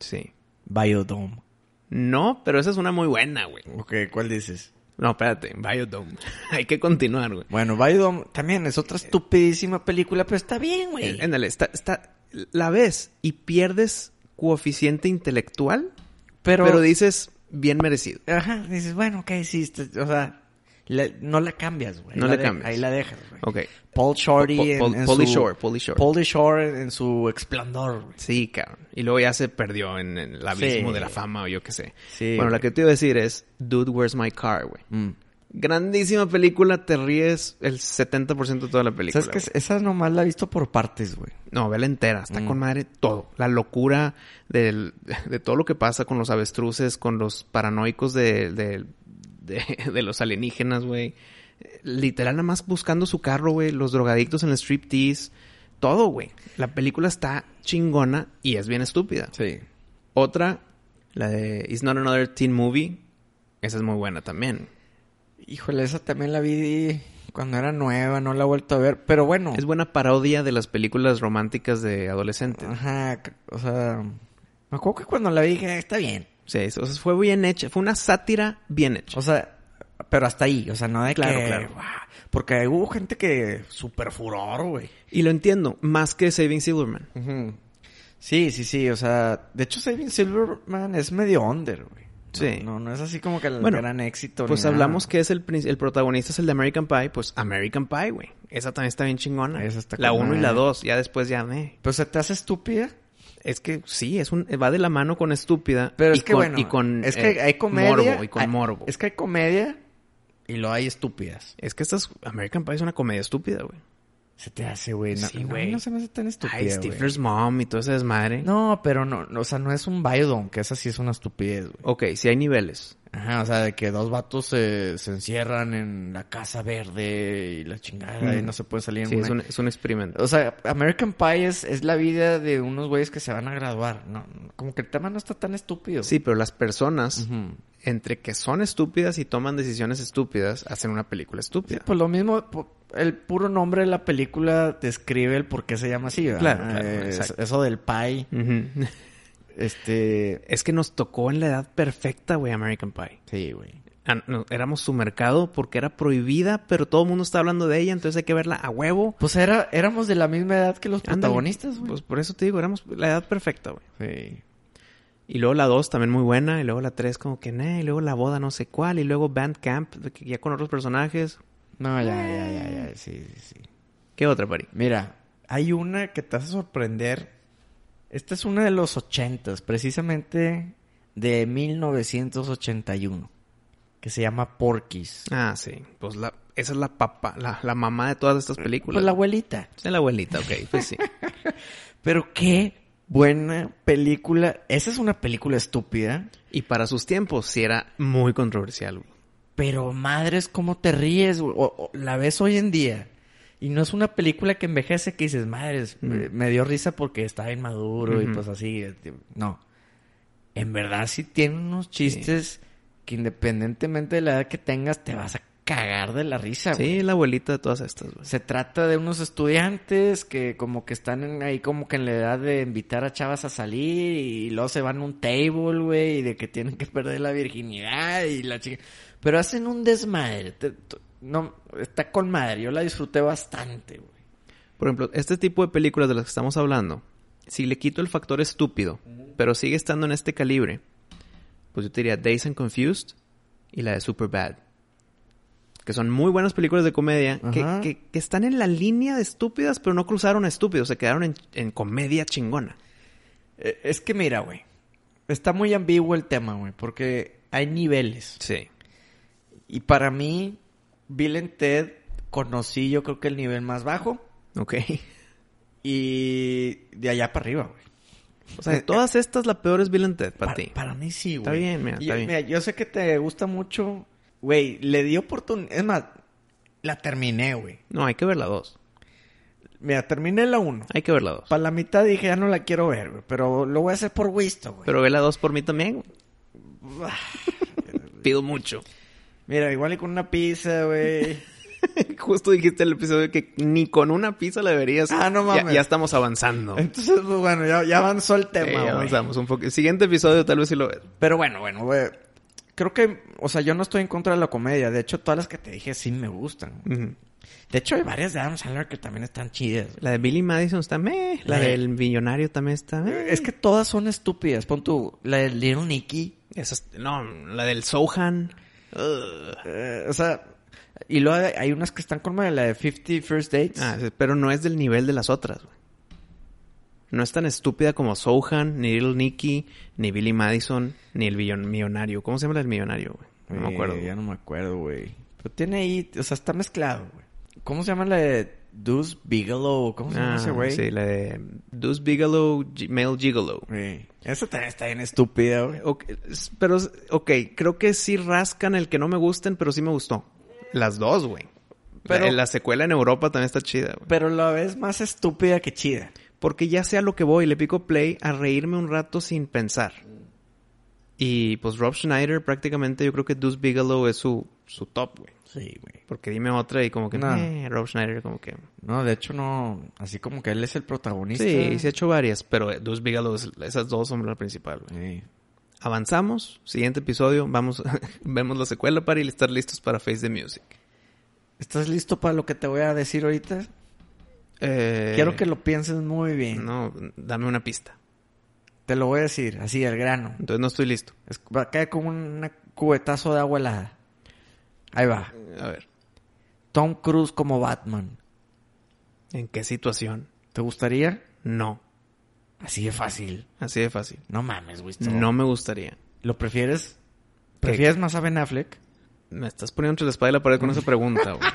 Speaker 1: Sí.
Speaker 2: Biodome.
Speaker 1: No, pero esa es una muy buena, güey.
Speaker 2: Ok, ¿cuál dices?
Speaker 1: No, espérate, Biodome. Hay que continuar, güey.
Speaker 2: Bueno, Biodome también es otra estupidísima película, pero está bien, güey.
Speaker 1: Ándale, está, está, la ves y pierdes coeficiente intelectual, pero,
Speaker 2: Pero,
Speaker 1: dices, bien merecido.
Speaker 2: ajá, dices, bueno, ok, sí, este- o sea, la- no la cambias, güey.
Speaker 1: No
Speaker 2: La
Speaker 1: la
Speaker 2: de-
Speaker 1: cambias.
Speaker 2: Ahí la dejas, güey.
Speaker 1: Ok.
Speaker 2: Paul Shorty
Speaker 1: Po-
Speaker 2: en,
Speaker 1: Paul-
Speaker 2: en
Speaker 1: Pauly
Speaker 2: su...
Speaker 1: Shore, Pauly Shore.
Speaker 2: Pauly Shore en su esplendor, güey.
Speaker 1: Sí, cabrón. Y luego ya se perdió en, en el abismo de la fama o yo qué sé.
Speaker 2: Sí,
Speaker 1: bueno, la
Speaker 2: güey.
Speaker 1: que te iba a decir es Dude, Where's My Car, güey. Grandísima película, te ríes el 70% de toda la película.
Speaker 2: ¿Sabes que
Speaker 1: güey.
Speaker 2: Esa nomás la he visto por partes, güey.
Speaker 1: No, vela entera, está con madre todo. La locura del- de todo lo que pasa con los avestruces, con los paranoicos de, de- de- de los alienígenas, güey. Literal, nada más buscando su carro, güey. Los drogadictos en el striptease. Todo, güey. La película está chingona y es bien estúpida.
Speaker 2: Sí.
Speaker 1: Otra, la de It's Not Another Teen Movie. Esa es muy buena también.
Speaker 2: Híjole, esa también la vi cuando era nueva, no la he vuelto a ver, pero bueno.
Speaker 1: Es buena parodia de las películas románticas de adolescentes.
Speaker 2: Ajá, c- o sea, me acuerdo que cuando la vi dije, "Ah, está bien.
Speaker 1: Sí, eso, o sea, fue bien hecha. Fue una sátira bien hecha.
Speaker 2: O sea, pero hasta ahí, o sea, no de
Speaker 1: Claro,
Speaker 2: que...
Speaker 1: claro.
Speaker 2: "Guau", Porque hubo gente que super furor, güey.
Speaker 1: Y lo entiendo, más que Saving Silverman.
Speaker 2: Ujú. Sí, sí, sí, o sea, de hecho Saving Silverman es medio under, güey. No,
Speaker 1: Sí.
Speaker 2: No, no es así como que el
Speaker 1: Bueno,
Speaker 2: gran éxito.
Speaker 1: Pues
Speaker 2: ni nada.
Speaker 1: hablamos que es el, prin- el protagonista es el de American Pie, pues American Pie, güey. Esa también está bien chingona.
Speaker 2: Esa está
Speaker 1: la
Speaker 2: con
Speaker 1: 1 y la
Speaker 2: madre.
Speaker 1: 2, ya después ya me.
Speaker 2: Pero se te hace estúpida.
Speaker 1: Es que sí, es un va de la mano con estúpida
Speaker 2: Pero
Speaker 1: y
Speaker 2: es que
Speaker 1: con,
Speaker 2: bueno.
Speaker 1: y con
Speaker 2: es que
Speaker 1: eh,
Speaker 2: hay comedia.
Speaker 1: morbo y con
Speaker 2: hay-
Speaker 1: morbo.
Speaker 2: Es que hay comedia y lo hay estúpidas.
Speaker 1: Es que estas American Pie es una comedia estúpida, güey.
Speaker 2: Se te hace, güey. No,
Speaker 1: Sí,
Speaker 2: no,
Speaker 1: güey.
Speaker 2: No, se me hace tan estúpida.
Speaker 1: Ay,
Speaker 2: güey.
Speaker 1: Stifler's Mom y todo ese desmadre.
Speaker 2: No, pero no, no, o sea, no es un Biodome, que esa sí es una estupidez, güey.
Speaker 1: Ok, sí hay niveles.
Speaker 2: Ajá, o sea, de que dos vatos se, se encierran en la casa verde y la chingada y
Speaker 1: Mm.
Speaker 2: no se puede salir.
Speaker 1: Sí,
Speaker 2: en
Speaker 1: es
Speaker 2: una-
Speaker 1: un, es un experimento.
Speaker 2: O sea, American Pie es, es la vida de unos güeyes que se van a graduar. No, no, como que el tema no está tan estúpido.
Speaker 1: Sí, pero las personas,
Speaker 2: Ujú.
Speaker 1: entre que son estúpidas y toman decisiones estúpidas, hacen una película
Speaker 2: Sí,
Speaker 1: estúpida.
Speaker 2: pues lo mismo, po- el puro nombre de la película describe el por qué se llama así, ¿verdad?
Speaker 1: Claro, claro,
Speaker 2: Eh, es-
Speaker 1: exacto.
Speaker 2: eso del pie,
Speaker 1: Ujú.
Speaker 2: este...
Speaker 1: Es que nos tocó en la edad perfecta, güey, American Pie.
Speaker 2: Sí, güey.
Speaker 1: Ah, no, éramos su mercado porque era prohibida, pero todo el mundo está hablando de ella, entonces hay que verla a huevo.
Speaker 2: Pues era, éramos de la misma edad que los
Speaker 1: Ándale.
Speaker 2: protagonistas, güey.
Speaker 1: Pues por eso te digo, éramos la edad perfecta, güey.
Speaker 2: Pues, Sí.
Speaker 1: Y luego la 2 también muy buena, y luego la 3 como que, "Nah", y luego la boda no sé cuál, y luego Bandcamp, de que ya con otros personajes.
Speaker 2: No, ya, ya, ya, ya, sí, sí, sí.
Speaker 1: ¿Qué otra, Pari?
Speaker 2: Mira, hay una que te hace sorprender. Esta es una de los ochentas, precisamente de 1981, que se llama Porky's.
Speaker 1: Ah, sí. Pues la, esa es la papá, la, la mamá de todas estas películas.
Speaker 2: Pues la abuelita.
Speaker 1: Es la abuelita, ok, pues sí.
Speaker 2: Pero qué buena película. Esa es una película estúpida.
Speaker 1: y para sus tiempos sí era muy controversial, güey.
Speaker 2: Pero madres, cómo te ríes, güey. O- o la ves hoy en día. Y no es una película que envejece que dices, madres, me, me dio risa porque estaba inmaduro y
Speaker 1: Mm. Ujú.
Speaker 2: pues así. este, No. En verdad sí tiene unos chistes que independientemente de la edad que tengas, te vas a cagar de la risa, güey.
Speaker 1: Sí, la abuelita de todas estas, güey.
Speaker 2: Se trata de unos estudiantes que como que están en- ahí como que en la edad de invitar a chavas a salir y luego se van a un table, güey, y de que tienen que perder la virginidad y la chica... Pero hacen un desmadre. te- t- no, está con madre. Yo la disfruté bastante, güey.
Speaker 1: Por ejemplo, este tipo de películas de las que estamos hablando, si le quito el factor estúpido, pero sigue estando en este calibre, pues yo te diría Days and Confused y la de Superbad. Que son muy buenas películas de comedia que,
Speaker 2: Ajá.
Speaker 1: que- que están en la línea de estúpidas, pero no cruzaron a estúpidos, se quedaron en, en comedia chingona.
Speaker 2: Eh, Es que mira, güey. Está muy ambiguo el tema, güey, porque hay niveles.
Speaker 1: Sí.
Speaker 2: Y para mí, Bill and Ted conocí yo creo que el nivel más bajo
Speaker 1: Ok.
Speaker 2: y de allá para arriba, güey.
Speaker 1: O sea, de todas estas, la peor es Bill and Ted para ti.
Speaker 2: mí sí, güey.
Speaker 1: Está bien, mira,
Speaker 2: Y-
Speaker 1: está bien.
Speaker 2: mira, yo sé que te gusta mucho Güey, le di oportunidad. Es más, la terminé, güey.
Speaker 1: No, hay que ver la 2.
Speaker 2: Mira, terminé la 1.
Speaker 1: Hay que ver la 2.
Speaker 2: Para la mitad dije, ya no la quiero ver, güey. Pero lo voy a hacer por Wisto, güey.
Speaker 1: Pero ve la 2 por mí también. güey. Pido mucho.
Speaker 2: Mira, igual y con una pizza, güey.
Speaker 1: Justo dijiste el episodio que ni con una pizza la verías.
Speaker 2: Ah, no
Speaker 1: Ya-
Speaker 2: mames.
Speaker 1: Ya, estamos avanzando.
Speaker 2: Entonces, pues bueno, ya, ya avanzó el
Speaker 1: Eh,
Speaker 2: tema,
Speaker 1: ya
Speaker 2: güey.
Speaker 1: avanzamos un poco. Siguiente episodio tal vez sí lo ves.
Speaker 2: Pero bueno, bueno, güey. Creo que, o sea, yo no estoy en contra de la comedia. De hecho, todas las que te dije sí me gustan. De hecho, hay varias de Adam Sandler que también están chidas. güey.
Speaker 1: La de Billy Madison está meh. Eh, La
Speaker 2: La de-
Speaker 1: del millonario también está meh.
Speaker 2: Es que todas son estúpidas. Pon tu, la de Little Nicky.
Speaker 1: Esa es- no, la del Sohan.
Speaker 2: eh, o sea, y luego hay- hay unas que están como la de 50 First Dates.
Speaker 1: Ah, sí, pero no es del nivel de las otras, güey. No es tan estúpida como Sohan, ni Little Nicky, ni Billy Madison, ni el billon- millonario. ¿Cómo se llama el millonario, güey? No me
Speaker 2: Eh,
Speaker 1: acuerdo.
Speaker 2: Ya no me acuerdo, güey. Pero tiene ahí, o sea, está mezclado, güey. ¿Cómo se llama la de Deuce Bigelow? ¿Cómo se llama
Speaker 1: Ah,
Speaker 2: ese güey?
Speaker 1: sí, la de Deuce Bigelow, G- Male Gigolo.
Speaker 2: Güey, Eh, Esa también está bien estúpida, güey.
Speaker 1: Ok, es- pero, es- ok, creo que sí rascan el que no me gusten, pero sí me gustó. Las dos, güey.
Speaker 2: Pero-
Speaker 1: la, la secuela en Europa también está chida, güey.
Speaker 2: Pero la ves más estúpida que chida.
Speaker 1: Porque ya sea lo que voy, le pico play a reírme un rato sin pensar. Y pues Rob Schneider prácticamente yo creo que Deuce Bigelow es su, su top, güey.
Speaker 2: Sí, güey.
Speaker 1: Porque dime otra y como que...
Speaker 2: No.
Speaker 1: "Eh", Rob Schneider como que...
Speaker 2: No, de hecho no. Así como que él es el protagonista.
Speaker 1: Sí, se ha hecho varias, pero eh, Deuce Bigelow, es- esas dos son la principal, güey.
Speaker 2: Sí.
Speaker 1: Avanzamos, siguiente episodio, vamos, vemos la secuela para estar listos para Face the Music.
Speaker 2: ¿Estás listo para lo que te voy a decir ahorita?
Speaker 1: Eh,
Speaker 2: Quiero que lo pienses muy bien.
Speaker 1: No, dame una pista.
Speaker 2: Te lo voy a decir, así, al grano.
Speaker 1: Entonces no estoy listo.
Speaker 2: Es- va a caer como un cubetazo de agua helada. Ahí va.
Speaker 1: A ver,
Speaker 2: Tom Cruise como Batman.
Speaker 1: ¿en qué situación?
Speaker 2: ¿Te gustaría?
Speaker 1: No,
Speaker 2: Así de fácil.
Speaker 1: así de fácil.
Speaker 2: No mames, güey. esto-
Speaker 1: No me gustaría.
Speaker 2: ¿Lo prefieres? ¿Prefieres más a Ben Affleck?
Speaker 1: Me estás poniendo entre la espada y la pared con esa pregunta, güey.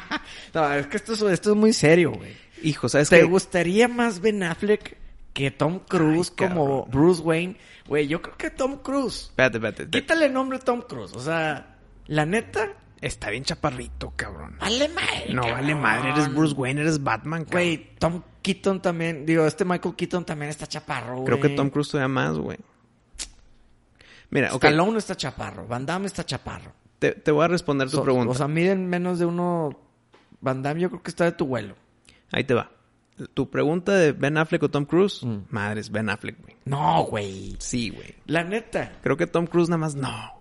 Speaker 2: No, es que esto es, esto es muy serio, güey.
Speaker 1: Hijo, ¿sabes
Speaker 2: ¿Te
Speaker 1: qué?
Speaker 2: gustaría más Ben Affleck que Tom Cruise
Speaker 1: Ay,
Speaker 2: como
Speaker 1: cabrón.
Speaker 2: Bruce Wayne? Güey, yo creo que Tom Cruise.
Speaker 1: Espérate, espérate. te-
Speaker 2: Quítale el nombre Tom Cruise. O sea, la neta,
Speaker 1: Está bien chaparrito, cabrón.
Speaker 2: vale madre.
Speaker 1: No
Speaker 2: cabrón.
Speaker 1: vale madre, eres Bruce Wayne, eres Batman, cabrón.
Speaker 2: Güey, Tom Keaton también. Digo, este Michael Keaton también está chaparro, güey.
Speaker 1: Creo que Tom Cruise todavía más, güey. Mira, ok.
Speaker 2: Stallone está chaparro. Van Damme está chaparro.
Speaker 1: Te, te voy a responder tu
Speaker 2: So-
Speaker 1: pregunta.
Speaker 2: O sea, miden menos de uno. Van Damme, yo creo que está de tu vuelo.
Speaker 1: Ahí te va. Tu pregunta de Ben Affleck o Tom Cruise.
Speaker 2: Mm.
Speaker 1: Madres, Ben Affleck, güey.
Speaker 2: No, güey.
Speaker 1: Sí, güey.
Speaker 2: La neta.
Speaker 1: Creo que Tom Cruise nada más no.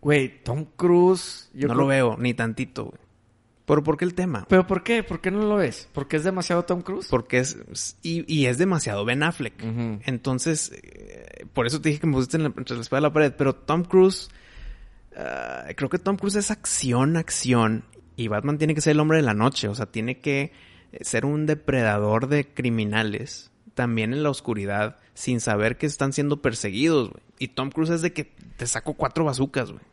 Speaker 2: Güey, Tom Cruise. yo
Speaker 1: no
Speaker 2: creo-
Speaker 1: lo veo, ni tantito, güey. Pero ¿por qué el tema?
Speaker 2: ¿Pero por qué? ¿Por qué no lo ves? ¿Porque es demasiado Tom Cruise?
Speaker 1: Porque es... Y, y es demasiado Ben Affleck.
Speaker 2: Ujú.
Speaker 1: Entonces, eh, por eso te dije que me pusiste en la- entre la espada y la pared. Pero Tom Cruise... ah, creo que Tom Cruise es acción, acción. Y Batman tiene que ser el hombre de la noche. O sea, tiene que eh, ser un depredador de criminales. También en la oscuridad. Sin saber que están siendo perseguidos, güey. Y Tom Cruise es de que te saco cuatro bazucas, güey.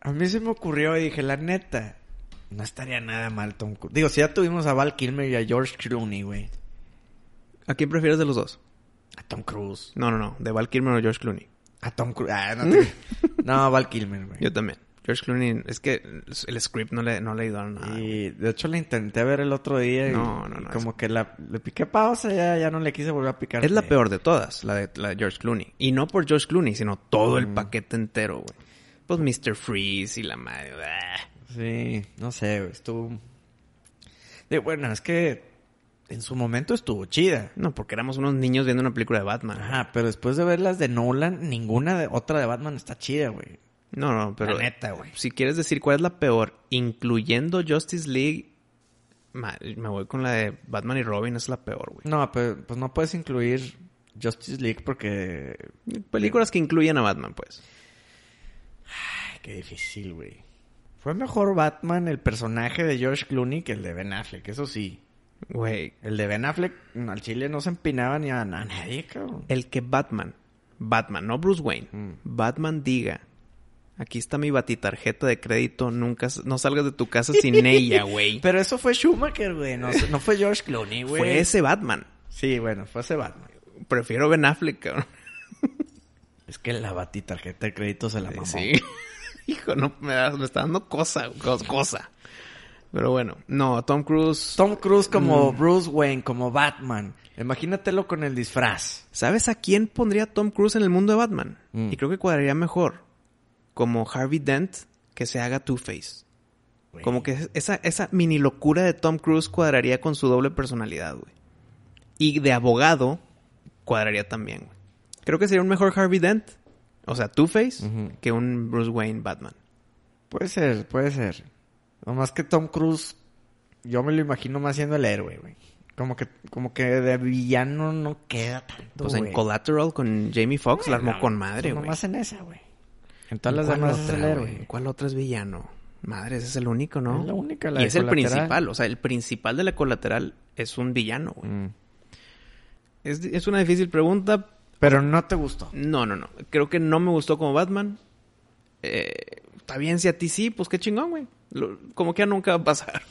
Speaker 2: A mí se me ocurrió y dije, la neta, no estaría nada mal Tom Cruise. Digo, si ya tuvimos a Val Kilmer y a George Clooney, güey.
Speaker 1: ¿A quién prefieres de los dos?
Speaker 2: A Tom Cruise.
Speaker 1: No, no, no. De Val Kilmer o George Clooney.
Speaker 2: A Tom Cruise. Ah, no, te- no, a Val Kilmer, güey.
Speaker 1: Yo también. George Clooney, es que el script no le, no le ayudaron nada. güey.
Speaker 2: Y de hecho la intenté ver el otro día y,
Speaker 1: No, no, no,
Speaker 2: y como que la, le piqué pausa ya, ya no le quise volver a picar.
Speaker 1: Es la peor de todas, la de, la de George Clooney. Y no por George Clooney, sino todo
Speaker 2: Mm.
Speaker 1: el paquete entero, güey. Pues Mr. Freeze y la madre. bah.
Speaker 2: Sí, no sé, güey, estuvo... De, bueno, es que en su momento estuvo chida.
Speaker 1: No, porque éramos unos niños viendo una película de Batman.
Speaker 2: Ajá, pero después de ver las de Nolan, ninguna de, otra de Batman está chida, güey.
Speaker 1: No, no, pero.
Speaker 2: La neta, güey.
Speaker 1: Si quieres decir cuál es la peor, incluyendo Justice League, ma- me voy con la de Batman y Robin, es la peor, güey.
Speaker 2: No, pero pues no puedes incluir Justice League porque...
Speaker 1: Películas que incluyen a Batman, pues.
Speaker 2: Ay, qué difícil, güey. Fue mejor Batman el personaje de George Clooney que el de Ben Affleck, eso sí.
Speaker 1: Güey,
Speaker 2: El de Ben Affleck mm, al chile no se empinaba ni a, a nadie, cabrón.
Speaker 1: El que Batman, Batman, no Bruce Wayne,
Speaker 2: Mm.
Speaker 1: Batman diga, aquí está mi batitarjeta de crédito, nunca, s- no salgas de tu casa sin ella, güey.
Speaker 2: Pero eso fue Schumacher, güey. No, no fue George Clooney, güey.
Speaker 1: Fue ese Batman.
Speaker 2: Sí, bueno, fue ese Batman.
Speaker 1: Prefiero Ben Affleck, cabrón.
Speaker 2: Es que la batí tarjeta de crédito se la mamó.
Speaker 1: Sí. Hijo, no, me, da- me está dando cosa, cos- cosa. Pero bueno, no, Tom Cruise.
Speaker 2: Tom Cruise como Bruce Wayne, como Batman. Imagínatelo con el disfraz.
Speaker 1: ¿Sabes a quién pondría Tom Cruise en el mundo de Batman?
Speaker 2: Mm.
Speaker 1: Y creo que cuadraría mejor. Como Harvey Dent, que se haga Two-Face. Como que esa, esa mini locura de Tom Cruise cuadraría con su doble personalidad, güey. Y de abogado, cuadraría también, güey. Creo que sería un mejor Harvey Dent, o sea, Two-Face, que un Bruce Wayne Batman.
Speaker 2: Puede ser, puede ser. Nomás que Tom Cruise, yo me lo imagino más siendo el héroe, güey. Como que, como que de villano no queda tanto.
Speaker 1: Pues en
Speaker 2: güey.
Speaker 1: Collateral con Jamie Foxx la Pues armó con madre, güey.
Speaker 2: Nomás en esa, güey. En todas las
Speaker 1: ¿Cuál
Speaker 2: demás es
Speaker 1: otra,
Speaker 2: el
Speaker 1: güey?
Speaker 2: héroe.
Speaker 1: ¿Cuál otro es villano? Madre, ese es el único, ¿no?
Speaker 2: Es la única, la
Speaker 1: y
Speaker 2: de
Speaker 1: es el
Speaker 2: Colateral.
Speaker 1: principal. O sea, el principal de la colateral es un villano, güey.
Speaker 2: Mm.
Speaker 1: Es, es una difícil pregunta.
Speaker 2: Pero no te gustó.
Speaker 1: No, no, no. Creo que no me gustó como Batman. Eh, Está bien, si a ti sí, pues qué chingón, güey. Lo- Como que ya nunca va a pasar.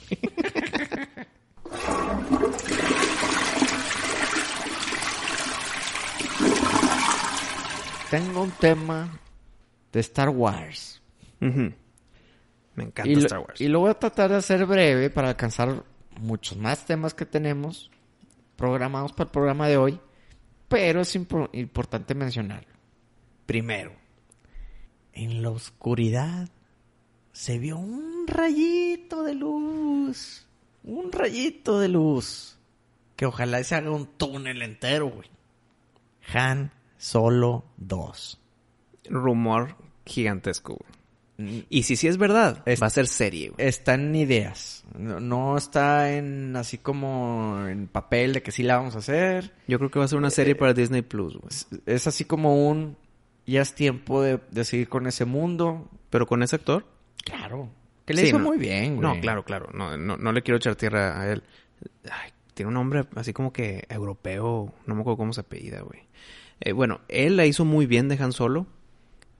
Speaker 2: Tengo un tema de Star Wars.
Speaker 1: Ujú. Me encanta
Speaker 2: Y lo,
Speaker 1: Star Wars.
Speaker 2: y lo voy a tratar de hacer breve para alcanzar muchos más temas que tenemos programados para el programa de hoy. Pero es impor- importante mencionarlo. Primero, en la oscuridad se vio un rayito de luz. Un rayito de luz. Que ojalá se haga un túnel entero, güey. Han Solo 2.
Speaker 1: Rumor gigantesco, güey. Y si sí es verdad,
Speaker 2: Es-
Speaker 1: va a ser serie, güey.
Speaker 2: Está en ideas. No, no está en así como en papel de que sí la vamos a hacer.
Speaker 1: Yo creo que va a ser una serie para Disney Plus, güey.
Speaker 2: Es, es así como un ya es tiempo de, de seguir con ese mundo.
Speaker 1: Pero con ese actor,
Speaker 2: Claro. Que le
Speaker 1: Sí,
Speaker 2: hizo
Speaker 1: no.
Speaker 2: muy bien, güey.
Speaker 1: No, claro, claro. No, no, no le quiero echar tierra a él. Ay, tiene un nombre así como que europeo. No me acuerdo cómo se apellida, güey. Eh, bueno, él la hizo muy bien de Han Solo.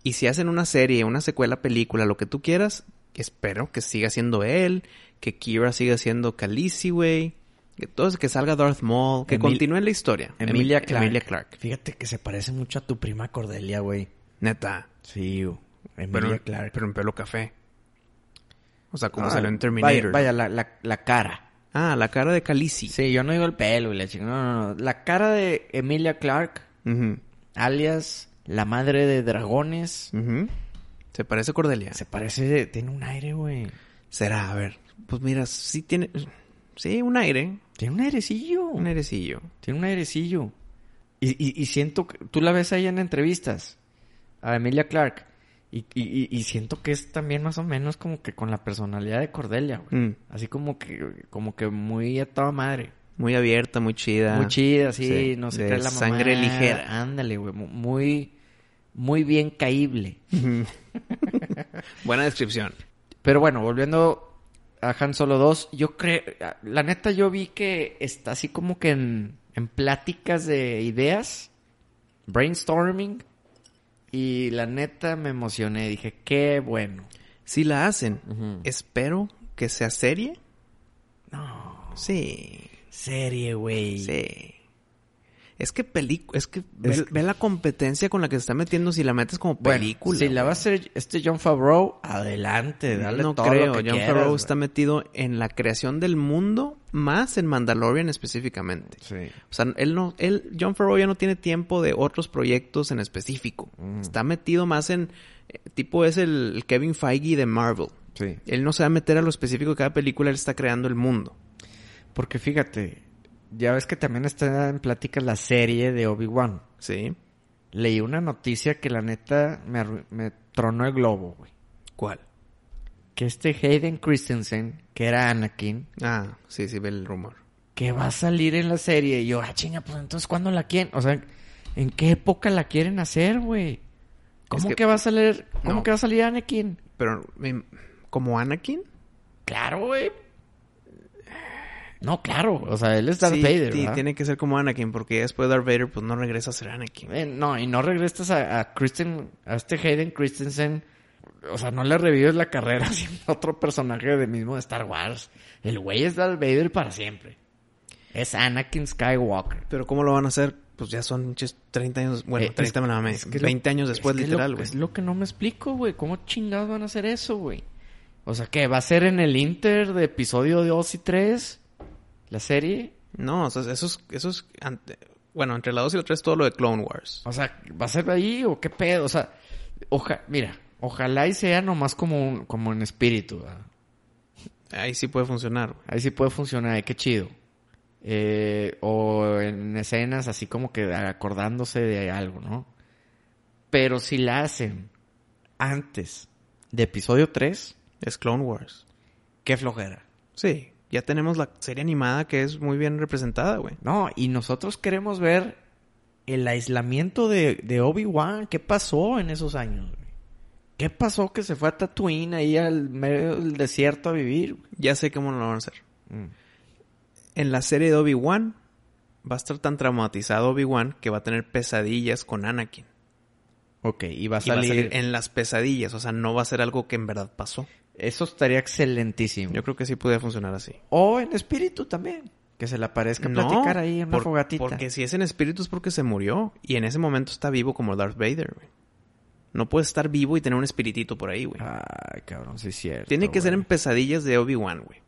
Speaker 1: Y si hacen una serie, una secuela, película, lo que tú quieras, espero que siga siendo él, que Kira siga siendo Khaleesi, güey. Que, todo, que salga Darth Maul, que
Speaker 2: Emil-
Speaker 1: continúe la historia.
Speaker 2: Emilia
Speaker 1: Emi-
Speaker 2: Clarke.
Speaker 1: Emilia Clarke.
Speaker 2: Fíjate que se parece mucho a tu prima Cordelia, güey.
Speaker 1: Neta.
Speaker 2: Sí, güey.
Speaker 1: Pero,
Speaker 2: Emilia Clarke.
Speaker 1: pero en pelo café. O sea, como
Speaker 2: Ah,
Speaker 1: salió en Terminator.
Speaker 2: Vaya, vaya, la, la- la cara.
Speaker 1: Ah, la cara de Khaleesi.
Speaker 2: Sí, yo no digo el pelo y la chingada. No, no, no. La cara de Emilia Clark,
Speaker 1: Ujú.
Speaker 2: alias la madre de dragones,
Speaker 1: Ujú. Se parece a Cordelia.
Speaker 2: se parece, tiene un aire, güey.
Speaker 1: Será, a ver. Pues mira, sí tiene. Sí, un aire.
Speaker 2: Tiene un airecillo.
Speaker 1: Un airecillo.
Speaker 2: Tiene un airecillo. Y, y- y siento que tú la ves ahí en entrevistas a Emilia Clark. Y, y- y- y siento que es también más o menos como que con la personalidad de Cordelia, güey.
Speaker 1: Mm.
Speaker 2: Así como que, como que muy a toda madre.
Speaker 1: Muy abierta, muy chida.
Speaker 2: Muy chida, sí,
Speaker 1: Sí,
Speaker 2: no se
Speaker 1: de
Speaker 2: cree la mamá.
Speaker 1: sangre ligera.
Speaker 2: Ándale, güey. mu- Muy, muy bien caíble.
Speaker 1: Ujú. Buena descripción.
Speaker 2: Pero bueno, volviendo a Han Solo 2, yo creo, la neta yo vi que está así como que en, en pláticas de ideas, brainstorming, y la neta me emocioné, dije, qué bueno.
Speaker 1: Si la hacen,
Speaker 2: Ujú.
Speaker 1: espero que sea serie.
Speaker 2: No,
Speaker 1: Sí.
Speaker 2: serie, güey.
Speaker 1: Sí. Es que película. Es que ve,
Speaker 2: Es-
Speaker 1: ve la competencia con la que se está metiendo si la metes como
Speaker 2: Bueno,
Speaker 1: película.
Speaker 2: si la va a hacer este John Favreau, adelante, dale
Speaker 1: no
Speaker 2: todo
Speaker 1: creo.
Speaker 2: lo que
Speaker 1: John
Speaker 2: quieras,
Speaker 1: Favreau
Speaker 2: güey.
Speaker 1: está metido en la creación del mundo, más en Mandalorian específicamente.
Speaker 2: Sí.
Speaker 1: O sea, él no, él, John Favreau ya no tiene tiempo de otros proyectos en específico.
Speaker 2: Mm.
Speaker 1: Está metido más en, eh, tipo es el, el Kevin Feige de Marvel.
Speaker 2: Sí.
Speaker 1: Él no se va a meter a lo específico de cada película, él está creando el mundo.
Speaker 2: Porque fíjate, ya ves que también está en pláticas la serie de Obi-Wan.
Speaker 1: ¿Sí?
Speaker 2: Leí una noticia que la neta me, arru- me tronó el globo, güey.
Speaker 1: ¿Cuál?
Speaker 2: Que este Hayden Christensen, que era Anakin,
Speaker 1: Ah, sí, sí, ve el rumor.
Speaker 2: que va a salir en la serie. Y yo, ah, chinga, pues entonces, ¿cuándo la quieren? O sea, ¿en qué época la quieren hacer, güey? ¿Cómo
Speaker 1: Es
Speaker 2: que...
Speaker 1: que-
Speaker 2: va a salir? ¿Cómo
Speaker 1: No.
Speaker 2: que va a salir Anakin?
Speaker 1: Pero, em, ¿como Anakin?
Speaker 2: Claro, güey. No, claro. O sea, él es Darth
Speaker 1: sí,
Speaker 2: Vader,
Speaker 1: sí,
Speaker 2: ¿verdad?
Speaker 1: tiene que ser como Anakin, porque después de Darth Vader, pues no regresa a ser Anakin.
Speaker 2: Eh, no, y no regresas a, a Kristen, a este Hayden Christensen. O sea, no le revives la carrera siendo otro personaje de mismo de Star Wars. El güey es Darth Vader para siempre. Es Anakin Skywalker.
Speaker 1: Pero ¿cómo lo van a hacer? pues ya son pinches 30 años, bueno,
Speaker 2: Eh,
Speaker 1: 30
Speaker 2: es-
Speaker 1: me la mamé,
Speaker 2: es que lo-
Speaker 1: 20 años después,
Speaker 2: Es que
Speaker 1: literal,
Speaker 2: lo-
Speaker 1: güey.
Speaker 2: Es lo que no me explico, güey. ¿Cómo chingados van a hacer eso, güey? O sea, ¿qué? ¿Va a ser en el Inter de episodio 2 y 3? ¿La serie?
Speaker 1: No, o sea, eso es, eso es ante- bueno, entre la 2 y la 3 es todo lo de Clone Wars.
Speaker 2: O sea, ¿va a ser ahí o qué pedo? O sea, oja, mira, ojalá y sea nomás como, un- como en espíritu, ¿verdad?
Speaker 1: Ahí sí puede funcionar, güey.
Speaker 2: Ahí sí puede funcionar, eh, qué chido. Eh, o en escenas así como que acordándose de algo, ¿no? Pero si la hacen antes de episodio 3,
Speaker 1: Es Clone Wars.
Speaker 2: qué flojera.
Speaker 1: Sí, ya tenemos la serie animada que es muy bien representada, güey.
Speaker 2: No, y nosotros queremos ver el aislamiento de, de Obi-Wan. ¿Qué pasó en esos años? güey? ¿Qué pasó que se fue a Tatooine ahí al medio del desierto a vivir? güey?
Speaker 1: Ya sé cómo lo van a hacer.
Speaker 2: Mm.
Speaker 1: En la serie de Obi-Wan va a estar tan traumatizado Obi-Wan que va a tener pesadillas con Anakin.
Speaker 2: Ok, y va a
Speaker 1: Y va a
Speaker 2: salir.
Speaker 1: salir en las pesadillas, o sea, no va a ser algo que en verdad pasó.
Speaker 2: Eso estaría excelentísimo.
Speaker 1: Yo creo que sí podría funcionar así.
Speaker 2: O en espíritu también. Que se le aparezca a
Speaker 1: No,
Speaker 2: platicar ahí en una
Speaker 1: por-
Speaker 2: fogatita.
Speaker 1: Porque si es en espíritu es porque se murió y en ese momento está vivo como Darth Vader, güey. No puede estar vivo y tener un espiritito por ahí, güey.
Speaker 2: Ay, cabrón, sí es cierto.
Speaker 1: Tiene que ser en
Speaker 2: Ah, güey.
Speaker 1: pesadillas de Obi-Wan, güey.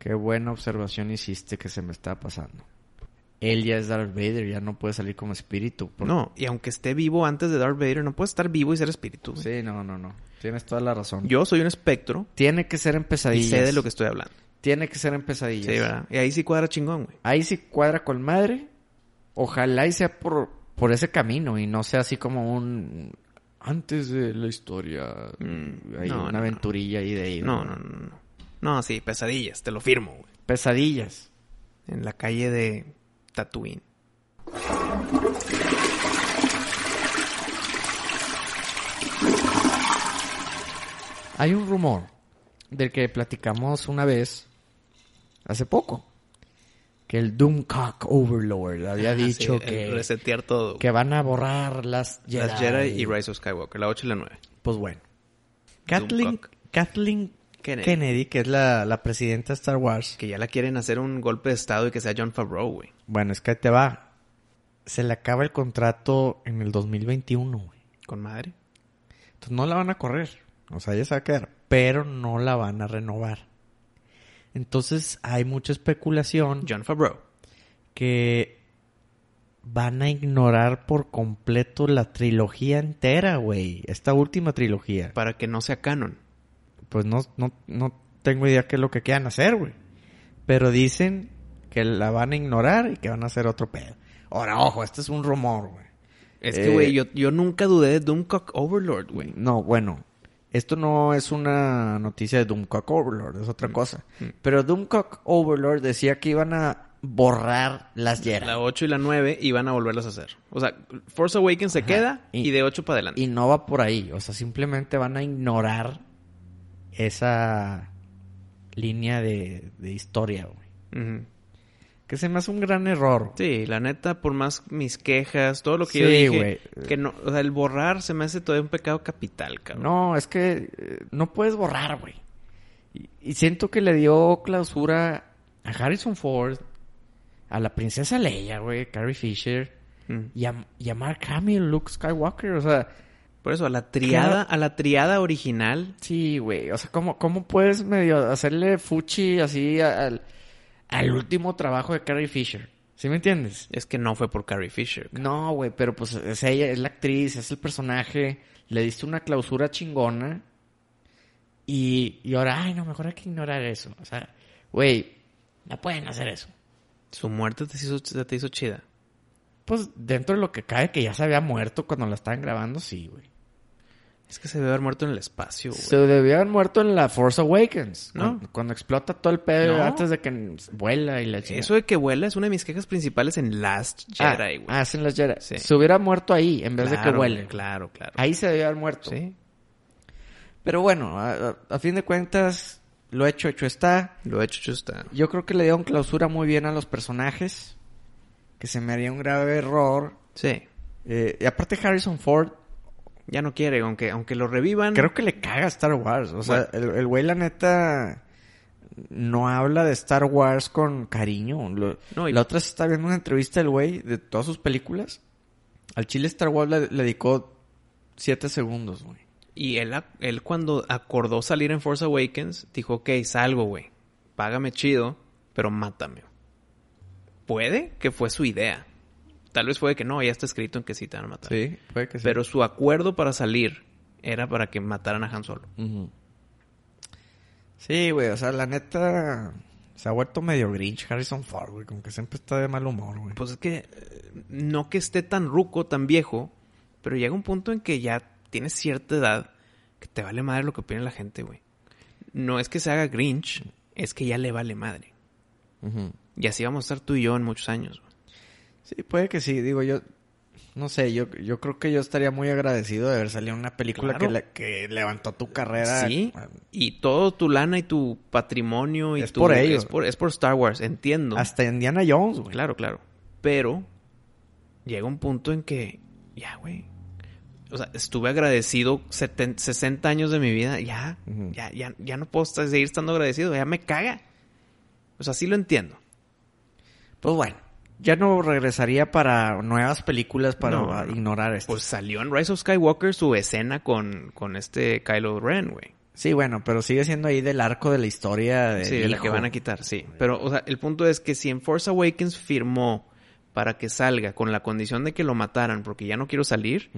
Speaker 2: Qué buena observación hiciste que se me está pasando. Él ya es Darth Vader, ya no puede salir como espíritu. por-
Speaker 1: No, y aunque esté vivo antes de Darth Vader, no puede estar vivo y ser espíritu. güey.
Speaker 2: Sí, no, no, no. Tienes toda la razón.
Speaker 1: Yo soy un espectro
Speaker 2: Tiene que ser en
Speaker 1: y
Speaker 2: pesadillas.
Speaker 1: sé de lo que estoy hablando.
Speaker 2: Tiene que ser en pesadillas.
Speaker 1: Sí, ¿verdad? Y ahí sí cuadra chingón, güey.
Speaker 2: Ahí sí cuadra con madre. Ojalá y sea por, por ese camino y no sea así como un... Antes de la historia.
Speaker 1: Mm,
Speaker 2: hay
Speaker 1: no, no,
Speaker 2: una
Speaker 1: no.
Speaker 2: aventurilla ahí de ahí.
Speaker 1: No,
Speaker 2: ¿verdad?
Speaker 1: no, no, no. No, sí, pesadillas, te lo firmo, güey.
Speaker 2: Pesadillas.
Speaker 1: En la calle de Tatooine.
Speaker 2: Hay un rumor del que platicamos una vez hace poco. Que el Doomcock Overlord había dicho
Speaker 1: Ah, Sí, el
Speaker 2: que,
Speaker 1: Resetear todo.
Speaker 2: que van a borrar las Jedi.
Speaker 1: Las Jedi y Rise of Skywalker, la 8 y la 9.
Speaker 2: Pues bueno. Kathleen,
Speaker 1: Doomcock.
Speaker 2: Kathleen
Speaker 1: Kennedy.
Speaker 2: Kennedy. que es la, la presidenta de Star Wars.
Speaker 1: Que ya la quieren hacer un golpe de estado y que sea John Favreau, güey.
Speaker 2: Bueno, es que ahí te va. Se le acaba el contrato en el 2021, güey.
Speaker 1: Con madre.
Speaker 2: Entonces no la van a correr. O sea, ella se va a quedar. Pero no la van a renovar. Entonces hay mucha especulación
Speaker 1: John Favreau.
Speaker 2: que van a ignorar por completo la trilogía entera, güey. Esta última trilogía.
Speaker 1: Para que no sea canon.
Speaker 2: Pues no, no, no tengo idea qué es lo que quieran hacer, güey. Pero dicen que la van a ignorar y que van a hacer otro pedo. Ahora, ojo, este es un rumor, güey.
Speaker 1: Es
Speaker 2: Eh,
Speaker 1: que, güey, yo, yo nunca dudé de Doomcock Overlord, güey.
Speaker 2: No, bueno. Esto no es una noticia de Doomcock Overlord, es
Speaker 1: Mm.
Speaker 2: otra cosa. Pero Doomcock Overlord decía que iban a borrar las Jedi.
Speaker 1: La 8 y la 9 y van a volverlas a hacer. O sea, Force Awakens se queda y,
Speaker 2: Y-
Speaker 1: de 8 para adelante.
Speaker 2: Y no va por ahí. O sea, simplemente van a ignorar esa línea de, de historia, güey.
Speaker 1: Ujú.
Speaker 2: Que se me hace un gran error.
Speaker 1: Sí, la neta, por más mis quejas, todo lo que
Speaker 2: Sí,
Speaker 1: yo dije,
Speaker 2: güey.
Speaker 1: que no, o sea, el borrar se me hace todavía un pecado capital, cabrón.
Speaker 2: No, es que eh, no puedes borrar, güey. Y, y siento que le dio clausura a Harrison Ford, a la princesa Leia, güey, Carrie Fisher,
Speaker 1: Mm.
Speaker 2: y a, y a Mark Hamill, Luke Skywalker. O sea,
Speaker 1: Por eso, a la triada, a la triada original,
Speaker 2: Sí, güey. O sea, ¿cómo, cómo puedes medio hacerle fuchi así al, al último trabajo de Carrie Fisher? ¿Sí me entiendes?
Speaker 1: es que no fue por Carrie Fisher.
Speaker 2: No, güey, pero pues es ella, es la actriz, es el personaje. Le diste una clausura chingona. Y, y ahora, ay, no, mejor hay que ignorar eso. O sea, güey, no pueden hacer eso.
Speaker 1: Su muerte te hizo, se te hizo chida.
Speaker 2: Pues dentro de lo que cae, que ya se había muerto cuando la estaban grabando, sí, güey.
Speaker 1: Es que se debe haber muerto en el espacio, güey.
Speaker 2: Se debió haber muerto en la Force Awakens,
Speaker 1: ¿No?
Speaker 2: ¿no? Cuando, explota todo el pedo
Speaker 1: No.
Speaker 2: antes de que vuela y la chingada.
Speaker 1: Eso de que vuela es una de mis quejas principales en Last
Speaker 2: Ah,
Speaker 1: Jedi, güey.
Speaker 2: Ah, es en las Jedi.
Speaker 1: Sí.
Speaker 2: Se hubiera muerto ahí en vez de que
Speaker 1: Claro,
Speaker 2: huele.
Speaker 1: güey, Claro, claro.
Speaker 2: Ahí se debió haber muerto.
Speaker 1: Sí.
Speaker 2: Pero bueno, a, a- a fin de cuentas, lo hecho, hecho está.
Speaker 1: Lo hecho chusta.
Speaker 2: Yo creo que le dieron clausura muy bien a los personajes. Que se me haría un grave error.
Speaker 1: Sí.
Speaker 2: Eh, y aparte Harrison Ford,
Speaker 1: Ya no quiere, aunque, aunque lo revivan.
Speaker 2: creo que le caga Star Wars. O sea, el el güey la neta no habla de Star Wars con cariño. Lo-
Speaker 1: No, y-
Speaker 2: La otra se está viendo una entrevista del güey de todas sus películas. Al chile Star Wars le, le dedicó siete segundos, güey.
Speaker 1: Y él, ac- él cuando acordó salir en Force Awakens, dijo, ok, salgo, güey. Págame chido, pero mátame. Puede que fue su idea. Tal vez fue de que no, ya está escrito en que sí te van a matar.
Speaker 2: Sí, puede que sí.
Speaker 1: Pero su acuerdo para salir era para que mataran a Han Solo.
Speaker 2: Ujú. Sí, güey, o sea, la neta se ha vuelto medio grinch Harrison Ford, güey, como que siempre está de mal humor, güey.
Speaker 1: Pues es que eh, no que esté tan ruco, tan viejo, pero llega un punto en que ya tienes cierta edad que te vale madre lo que opina la gente, güey. No es que se haga Grinch, es que ya le vale madre.
Speaker 2: Ujú.
Speaker 1: Y así vamos a estar tú y yo en muchos años. güey.
Speaker 2: Sí, puede que sí, digo yo. No sé, yo, yo creo que yo estaría muy agradecido de haber salido en una película
Speaker 1: Claro.
Speaker 2: que, le- que levantó tu carrera.
Speaker 1: Sí. Y todo tu lana y tu patrimonio y
Speaker 2: Es
Speaker 1: tu-
Speaker 2: por ello.
Speaker 1: Es por, es por Star Wars, entiendo.
Speaker 2: Hasta Indiana Jones, güey.
Speaker 1: Pues, Claro, claro. Pero llega un punto en que, ya, güey. O sea, estuve agradecido seten- 60 años de mi vida. Ya,
Speaker 2: Ujú.
Speaker 1: ya, ya, ya no puedo estar- seguir estando agradecido. Ya me caga. O sea, sí lo entiendo.
Speaker 2: Pues bueno, ya no regresaría para nuevas películas para
Speaker 1: No, no.
Speaker 2: ignorar esto.
Speaker 1: Pues salió en Rise of Skywalker su escena con, con este Kylo Ren, güey.
Speaker 2: sí, bueno, pero sigue siendo ahí del arco de la historia. De
Speaker 1: Sí, de la que van a quitar, sí. Pero, o sea, el punto es que si en Force Awakens firmó para que salga con la condición de que lo mataran porque ya no quiero salir,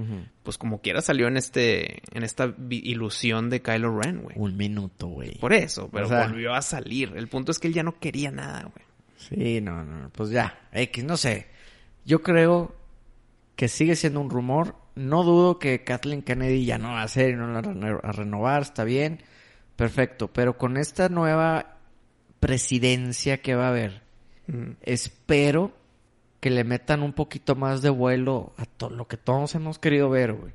Speaker 1: pues como quiera salió en este en esta vi- ilusión de Kylo Ren, güey.
Speaker 2: Un minuto, güey.
Speaker 1: Por eso, pero
Speaker 2: O sea-
Speaker 1: volvió a salir. El punto es que él ya no quería nada, güey.
Speaker 2: Sí, no, no, pues ya, X, no sé. Yo creo que sigue siendo un rumor. No dudo que Kathleen Kennedy ya no va a ser, no la van a a renovar, está bien, perfecto. Pero con esta nueva presidencia que va a haber, espero que le metan un poquito más de vuelo a todo lo que todos hemos querido ver, güey.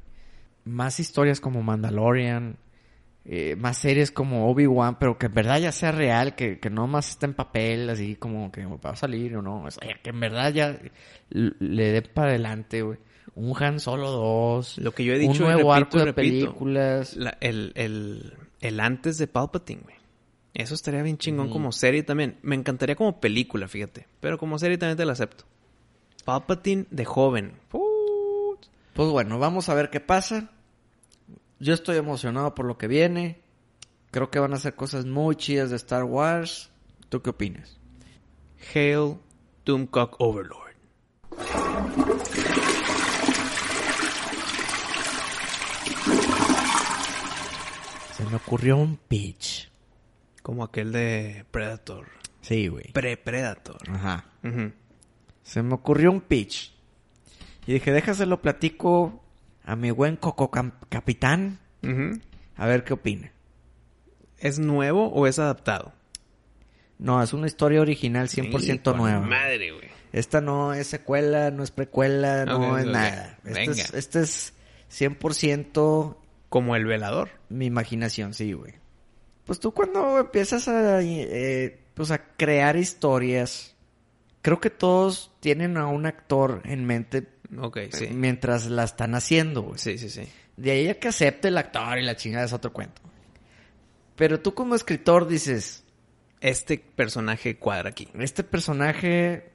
Speaker 2: Más historias como Mandalorian, eh, más series como Obi-Wan, pero que en verdad ya sea real, que, que no más esté en papel, así como que va a salir o no. O sea, que en verdad ya l- le dé para adelante, güey. Un Han Solo 2.
Speaker 1: Lo que yo he dicho y
Speaker 2: Un nuevo
Speaker 1: repito y
Speaker 2: arco de
Speaker 1: repito.
Speaker 2: películas.
Speaker 1: La- el, el, el antes de Palpatine, güey. Eso estaría bien chingón como serie también. Me encantaría como película, fíjate. Pero como serie también te la acepto. Palpatine de joven. Put.
Speaker 2: Pues bueno, vamos a ver qué pasa. Yo estoy emocionado por lo que viene. Creo que van a ser cosas muy chidas de Star Wars. ¿Tú qué opinas?
Speaker 1: Hail Doomcock Overlord.
Speaker 2: Se me ocurrió un pitch.
Speaker 1: Como aquel de Predator.
Speaker 2: Sí, güey.
Speaker 1: Pre-Predator.
Speaker 2: Ajá.
Speaker 1: Ujú.
Speaker 2: Se me ocurrió un pitch. Y dije, déjaselo platico a mi buen Coco Cam- Capitán.
Speaker 1: Ujú.
Speaker 2: A ver qué opina.
Speaker 1: ¿Es nuevo o es adaptado?
Speaker 2: No, es una historia original 100%
Speaker 1: Hijo de
Speaker 2: nueva.
Speaker 1: Madre, güey.
Speaker 2: Esta no es secuela, no es precuela, no
Speaker 1: Ok,
Speaker 2: es
Speaker 1: ok.
Speaker 2: nada. Este
Speaker 1: Venga.
Speaker 2: es, este es 100%
Speaker 1: Como el velador.
Speaker 2: mi imaginación, sí, güey. Pues tú cuando empiezas a, eh, pues a crear historias, creo que todos tienen a un actor en mente eh,
Speaker 1: Ok, sí.
Speaker 2: mientras la están haciendo, güey.
Speaker 1: Sí, sí, sí.
Speaker 2: De ahí a que acepte el actor y la chingada es otro cuento. Pero tú como escritor dices,
Speaker 1: Este personaje cuadra aquí.
Speaker 2: este personaje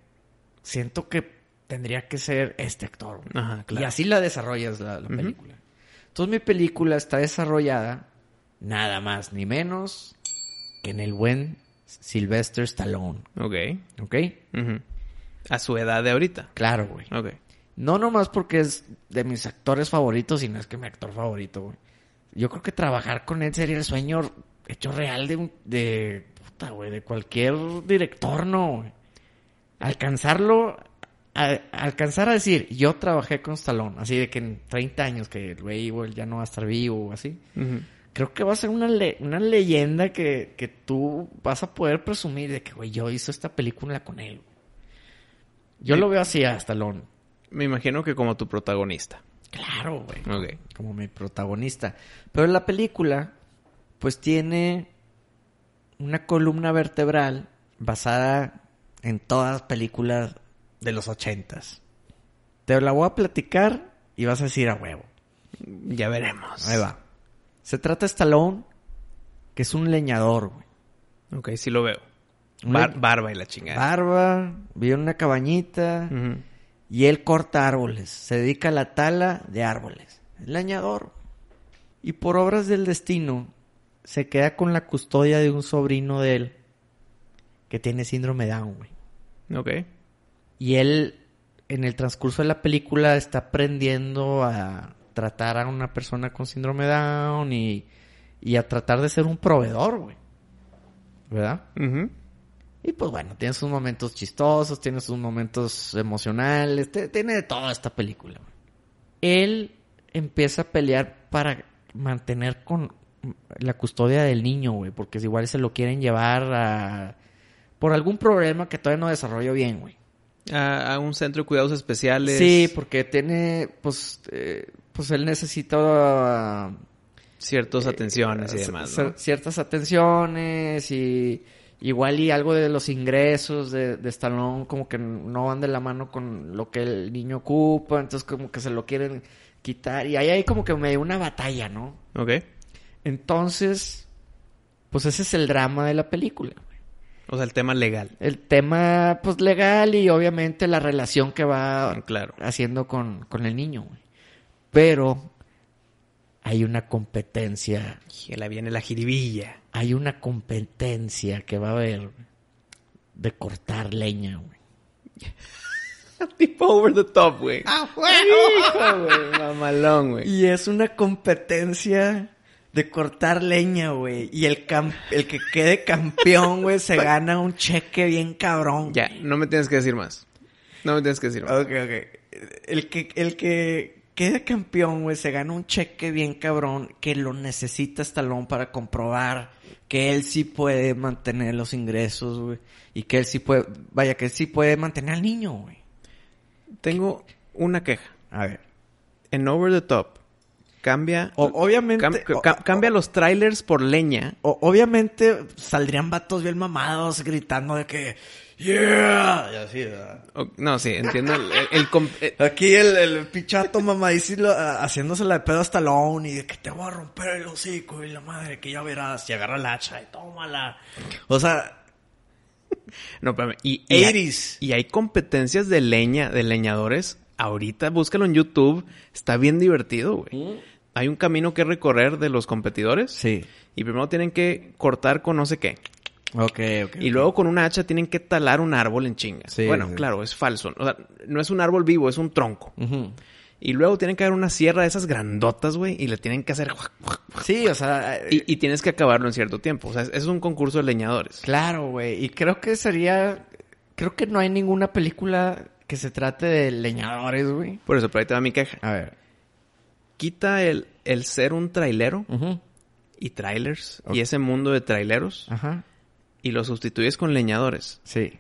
Speaker 2: siento que tendría que ser este actor. güey".
Speaker 1: Ajá, claro.
Speaker 2: Y así la desarrollas la, la película. Entonces mi película está desarrollada nada más ni menos que en el buen Sylvester Stallone.
Speaker 1: Ok.
Speaker 2: ¿Ok?
Speaker 1: Ujú. A su edad de ahorita.
Speaker 2: Claro, güey.
Speaker 1: Ok.
Speaker 2: No nomás porque es de mis actores favoritos, sino es que mi actor favorito, güey. Yo creo que trabajar con él sería el sueño hecho real de un, de puta, güey, de cualquier director, no, güey. Alcanzarlo, a- alcanzar a decir, yo trabajé con Stallone, así de que en 30 años que el güey güey, ya no va a estar vivo o así.
Speaker 1: Ujú.
Speaker 2: Creo que va a ser una, le- una leyenda que, que tú vas a poder presumir de que, güey, yo hice esta película con él. güey. Yo
Speaker 1: Sí.
Speaker 2: lo veo así a Stallone.
Speaker 1: Me imagino que como tu protagonista.
Speaker 2: Claro, güey.
Speaker 1: Ok.
Speaker 2: Como mi protagonista. Pero la película, pues tiene una columna vertebral basada en todas las películas de los ochentas. Te la voy a platicar y vas a decir a huevo.
Speaker 1: Ya veremos.
Speaker 2: Ahí va. Se trata de Stallone, que es un leñador, güey.
Speaker 1: Ok, sí lo veo.
Speaker 2: Muy
Speaker 1: Bar-
Speaker 2: bien.
Speaker 1: barba y la chingada.
Speaker 2: Barba, vive en una cabañita
Speaker 1: Ujú.
Speaker 2: y él corta árboles. Se dedica a la tala de árboles. El leñador. Y por obras del destino, se queda con la custodia de un sobrino de él que tiene síndrome Down, güey.
Speaker 1: Ok.
Speaker 2: Y él, en el transcurso de la película, está aprendiendo a tratar a una persona con síndrome Down y, y a tratar de ser un proveedor, güey. ¿Verdad?
Speaker 1: Ujú.
Speaker 2: Y pues bueno, tiene sus momentos chistosos, tiene sus momentos emocionales, te- tiene de toda esta película. güey. Él empieza a pelear para mantener con la custodia del niño, güey, porque igual se lo quieren llevar a... por algún problema que todavía no desarrolló bien, güey.
Speaker 1: A, a un centro de cuidados especiales.
Speaker 2: Sí, porque tiene, pues, eh, pues él necesita ah,
Speaker 1: Ciertas atenciones y
Speaker 2: eh,
Speaker 1: demás,
Speaker 2: cier-
Speaker 1: ¿no?
Speaker 2: Ciertas atenciones y igual y algo de los ingresos de, de Stallone como que no van de la mano con lo que el niño ocupa, entonces como que se lo quieren quitar y ahí hay como que medio una batalla, ¿no?
Speaker 1: Ok.
Speaker 2: Entonces, pues ese es el drama de la película. güey.
Speaker 1: O sea, el tema legal.
Speaker 2: El tema, pues, legal y obviamente la relación que va
Speaker 1: Claro.
Speaker 2: haciendo con, con el niño, güey. Pero hay una competencia
Speaker 1: Y la viene la jiribilla.
Speaker 2: hay una competencia que va a haber de cortar leña, güey.
Speaker 1: tipo over the top, güey. ¡Ah, Hijo, güey. Mamalón, güey.
Speaker 2: Y es una competencia de cortar leña, güey. Y el, cam- el que quede campeón, güey, se gana un cheque bien cabrón.
Speaker 1: Ya, no me tienes que decir más. No me tienes que decir más.
Speaker 2: Ok, ok. El que, el que quede campeón, güey, se gana un cheque bien cabrón que lo necesita Stallone para comprobar que él sí puede mantener los ingresos, güey. Y que él sí puede, vaya, que él sí puede mantener al niño, güey.
Speaker 1: Tengo una queja.
Speaker 2: A ver.
Speaker 1: En over the top, cambia.
Speaker 2: O- obviamente-
Speaker 1: cam- ca- ca- cambia los trailers por leña.
Speaker 2: O- obviamente saldrían vatos bien mamados gritando de que ¡Yeah! Y así, ¿verdad?
Speaker 1: O- no, sí, entiendo. El, el- el com- eh,
Speaker 2: Aquí el, el pichato mamadísimo a- haciéndosela de pedo hasta Stallone y de que te voy a romper el hocico y la madre que ya verás y agarra la hacha y tómala. O sea,
Speaker 1: no, espérame. Y, y hay-
Speaker 2: 80s.
Speaker 1: Y hay competencias de leña, de leñadores. Ahorita búscalo en YouTube. Está bien divertido, güey. Hay un camino que recorrer de los competidores.
Speaker 2: Mm. sí.
Speaker 1: Y primero tienen que cortar con no sé qué.
Speaker 2: Ok, ok.
Speaker 1: Y luego con una hacha tienen que talar un árbol en chingas.
Speaker 2: Sí,
Speaker 1: bueno,
Speaker 2: sí.
Speaker 1: claro, es falso. O sea, no es un árbol vivo, es un tronco.
Speaker 2: Ujú.
Speaker 1: Y luego tienen que haber una sierra de esas grandotas, güey, y le tienen que hacer...
Speaker 2: Sí, o sea, eh,
Speaker 1: Y, y tienes que acabarlo en cierto tiempo. O sea, es, es un concurso de leñadores.
Speaker 2: claro, güey. Y creo que sería... Creo que no hay ninguna película que se trate de leñadores, güey.
Speaker 1: Por eso, pero ahí te va mi queja.
Speaker 2: A ver.
Speaker 1: Quita el, el ser un trailero
Speaker 2: Ujú.
Speaker 1: y trailers y ese mundo de traileros
Speaker 2: Ajá.
Speaker 1: y lo sustituyes con leñadores.
Speaker 2: Sí.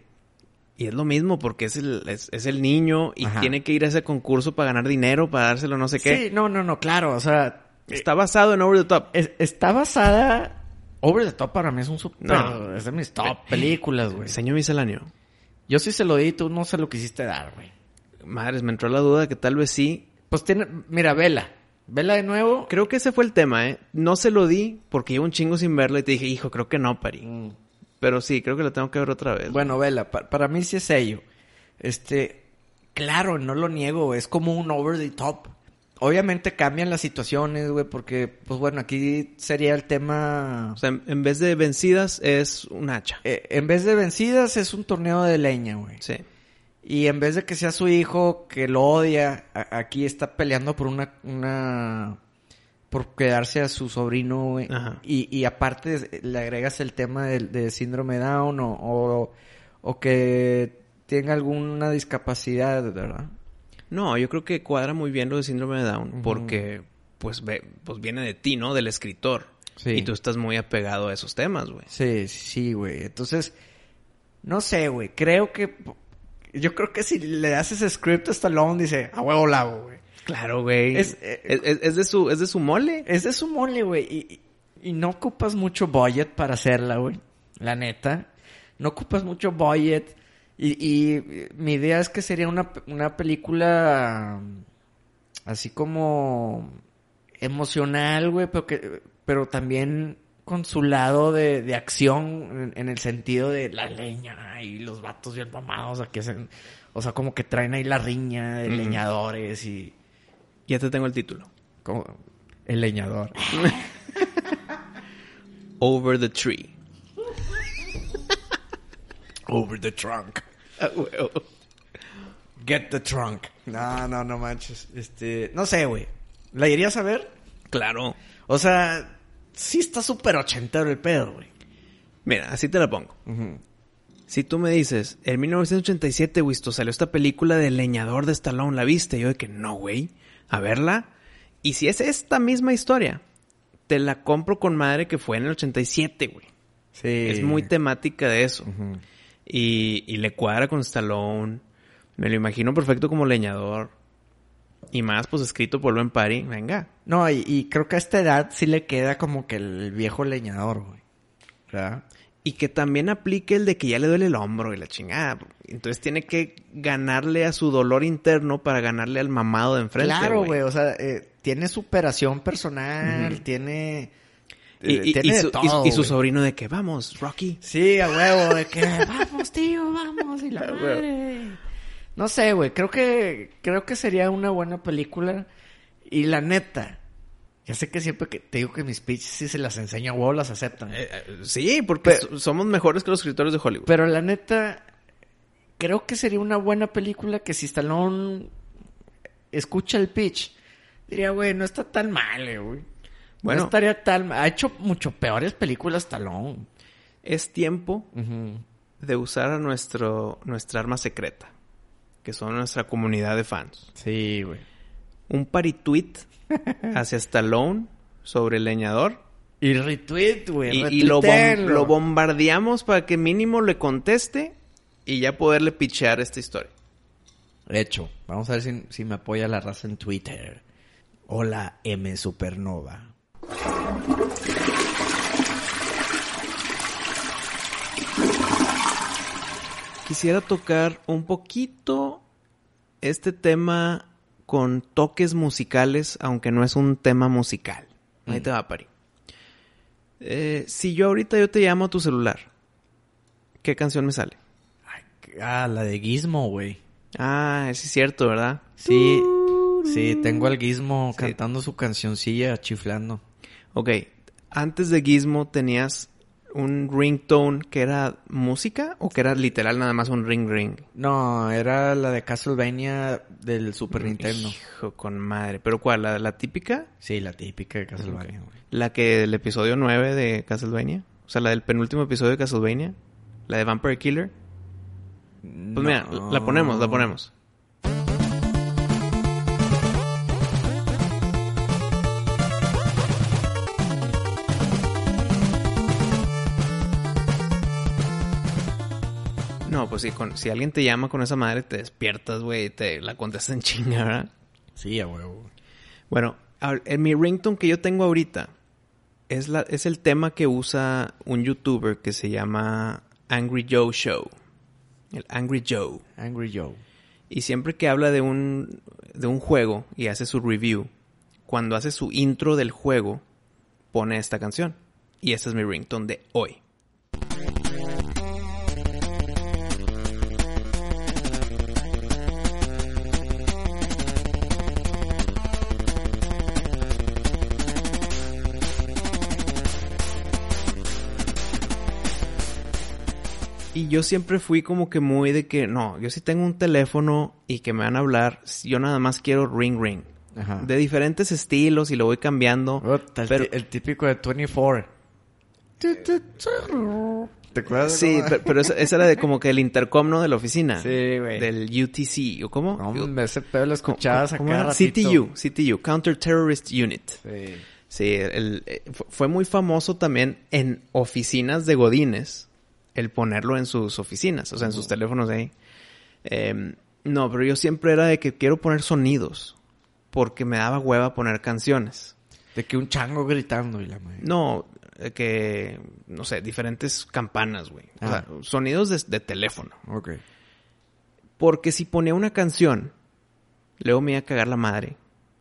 Speaker 1: Y es lo mismo porque es el, es, es el niño y
Speaker 2: Ajá.
Speaker 1: tiene que ir a ese concurso para ganar dinero, para dárselo no sé qué.
Speaker 2: Sí, no, no, no, claro. O sea,
Speaker 1: Está basado en Over the Top.
Speaker 2: es- está basada. Over the Top para mí es un super.
Speaker 1: No.
Speaker 2: Es de mis top películas, güey.
Speaker 1: Diseño misceláneo.
Speaker 2: Yo sí se lo di, tú no se lo quisiste dar, güey.
Speaker 1: Madres, me entró la duda de que tal vez sí.
Speaker 2: Pues tiene. Mira, vela. Vela de nuevo.
Speaker 1: Creo que ese fue el tema, ¿eh? No se lo di porque llevo un chingo sin verlo y te dije, hijo, creo que no, Pari.
Speaker 2: Mm.
Speaker 1: Pero sí, creo que lo tengo que ver otra vez.
Speaker 2: Bueno, vela. pa- para mí sí es ello. Este. Claro, no lo niego. Es como un over the top. Obviamente cambian las situaciones, güey, porque, pues bueno, aquí sería el tema.
Speaker 1: O sea, en, en vez de vencidas es un hacha.
Speaker 2: Eh, en vez de vencidas, es un torneo de leña, güey.
Speaker 1: Sí.
Speaker 2: Y en vez de que sea su hijo que lo odia, a- aquí está peleando por una, una por quedarse a su sobrino, güey.
Speaker 1: Ajá.
Speaker 2: Y, y aparte es- le agregas el tema del de síndrome Down o, o, o que tenga alguna discapacidad, ¿verdad?
Speaker 1: No, yo creo que cuadra muy bien lo de síndrome de Down porque, pues, ve, pues viene de ti, ¿no? Del escritor.
Speaker 2: Sí.
Speaker 1: Y tú estás muy apegado a esos temas, güey.
Speaker 2: Sí, sí, güey. Entonces, no sé, güey. Creo que... Yo creo que si le das ese script a Stallone, dice, a huevo la hago, güey.
Speaker 1: Claro, güey.
Speaker 2: Es-
Speaker 1: Es,
Speaker 2: eh,
Speaker 1: es- es de su, es de su mole.
Speaker 2: Es de su mole, güey. Y, y- y no ocupas mucho budget para hacerla, güey. La neta. No ocupas mucho budget. Y, y, eh, mi idea es que sería una, una película mm, así como emocional, güey, pero, que- pero también con su lado de, de acción en, en el sentido de la leña y los vatos bien mamados, o sea, que hacen- o sea, como que traen ahí la riña de leñadores y
Speaker 1: Ya te tengo el título.
Speaker 2: como el leñador.
Speaker 1: Over the Tree.
Speaker 2: Over the trunk. oh. Get the trunk. No, no, no manches. Este, no sé, güey. ¿La irías a ver?
Speaker 1: Claro.
Speaker 2: O sea, sí está súper ochentero el pedo, güey.
Speaker 1: Mira, así te la pongo. Si tú me dices, en 1987, Wisto, salió esta película de Leñador de Stallone, ¿la viste? Yo de que no, güey, a verla. Y si es esta misma historia, te la compro con madre que fue en el 87, güey.
Speaker 2: Sí.
Speaker 1: Es muy temática de eso. y, y le cuadra con Stallone. Me lo imagino perfecto como leñador. Y más, pues escrito por Loen Party. Venga.
Speaker 2: No, y, y creo que a esta edad sí le queda como que el viejo leñador, güey. ¿Verdad?
Speaker 1: Y que también aplique el de que ya le duele el hombro y la chingada. Entonces tiene que ganarle a su dolor interno para ganarle al mamado de enfrente.
Speaker 2: claro, güey. O sea, eh, tiene superación personal, tiene. eh,
Speaker 1: Y, y-
Speaker 2: tiene
Speaker 1: y
Speaker 2: de
Speaker 1: su, y-
Speaker 2: todo,
Speaker 1: y su
Speaker 2: güey.
Speaker 1: sobrino de que vamos, Rocky.
Speaker 2: Sí, a huevo, de que vamos, tío, vamos, y la madre. No sé, güey, creo que, creo que sería una buena película. Y la neta, ya sé que siempre que te digo que mis pitches si se las enseño a huevo, las aceptan.
Speaker 1: Eh, Sí, porque so- somos mejores que los escritores de Hollywood.
Speaker 2: Pero la neta, creo que sería una buena película que si Stallone escucha el pitch, diría, güey, no está tan mal, eh, güey.
Speaker 1: Bueno.
Speaker 2: no estaría tan mal. Ha hecho mucho peores películas Stallone.
Speaker 1: es tiempo de usar a nuestro, nuestra arma secreta, que son nuestra comunidad de fans.
Speaker 2: Sí, güey.
Speaker 1: Un paritweet hacia Stallone sobre el leñador.
Speaker 2: Y retweet, güey.
Speaker 1: Y, y lo, bom-
Speaker 2: retuiteenlo.
Speaker 1: lo bombardeamos para que mínimo le conteste y ya poderle pichear esta historia.
Speaker 2: Hecho. Vamos a ver si, si me apoya la raza en Twitter. Hola, M Supernova.
Speaker 1: Quisiera tocar un poquito este tema con toques musicales, aunque no es un tema musical. Ahí te va, Pari. Eh, si yo ahorita yo te llamo a tu celular, ¿qué canción me sale?
Speaker 2: Ah, la de Gizmo, güey.
Speaker 1: Ah, sí es cierto, ¿verdad?
Speaker 2: Sí, sí, tengo al Gizmo
Speaker 1: Sí.
Speaker 2: cantando su cancioncilla, chiflando.
Speaker 1: Ok, antes de Gizmo tenías un ringtone que era música o que era literal nada más un ring ring.
Speaker 2: No, era la de Castlevania del Super Nintendo.
Speaker 1: Hijo con madre. ¿Pero cuál? ¿La, la típica?
Speaker 2: Sí, la típica de Castlevania, güey.
Speaker 1: ¿La que el episodio 9 de Castlevania? O sea, la del penúltimo episodio de Castlevania. ¿La de Vampire Killer? Pues mira,
Speaker 2: No.
Speaker 1: la ponemos, la ponemos. No, pues si, con- si alguien te llama con esa madre, te despiertas, güey, y te la contestas en chinga, ¿verdad?
Speaker 2: Sí, a huevo.
Speaker 1: Bueno, ahor- en mi ringtone que yo tengo ahorita es, la, es el tema que usa un youtuber que se llama Angry Joe Show. El Angry Joe.
Speaker 2: Angry Joe.
Speaker 1: Y siempre que habla de un, de un juego y hace su review, cuando hace su intro del juego, pone esta canción. Y este es mi ringtone de hoy. Y yo siempre fui como que muy de que, no, yo sí tengo un teléfono y que me van a hablar, yo nada más quiero ring ring.
Speaker 2: Ajá.
Speaker 1: De diferentes estilos y lo voy cambiando.
Speaker 2: Puta, el,
Speaker 1: pero-
Speaker 2: ti- el típico de 24. ¿Te acuerdas?
Speaker 1: Sí,
Speaker 2: cómo?
Speaker 1: pe- pero esa, esa era de como que el intercom, ¿no? De la oficina.
Speaker 2: Sí, güey.
Speaker 1: Del UTC, ¿o cómo?
Speaker 2: No,
Speaker 1: Digo,
Speaker 2: hombre, ese pedo lo
Speaker 1: ¿cómo-
Speaker 2: escuchabas a
Speaker 1: cómo
Speaker 2: cada
Speaker 1: era?
Speaker 2: ratito.
Speaker 1: CTU, CTU, Counter Terrorist Unit.
Speaker 2: Sí.
Speaker 1: Sí, el- eh, fu- fue muy famoso también en oficinas de Godines el ponerlo en sus oficinas, o sea, en sus teléfonos de ahí. Em, no, pero yo siempre era de que quiero poner sonidos porque me daba hueva poner canciones.
Speaker 2: De que un chango gritando y la madre.
Speaker 1: No, eh, que, no sé, diferentes campanas, güey. O
Speaker 2: Ah.
Speaker 1: sea, sonidos de- de teléfono.
Speaker 2: Ok.
Speaker 1: Porque si ponía una canción, luego me iba a cagar la madre.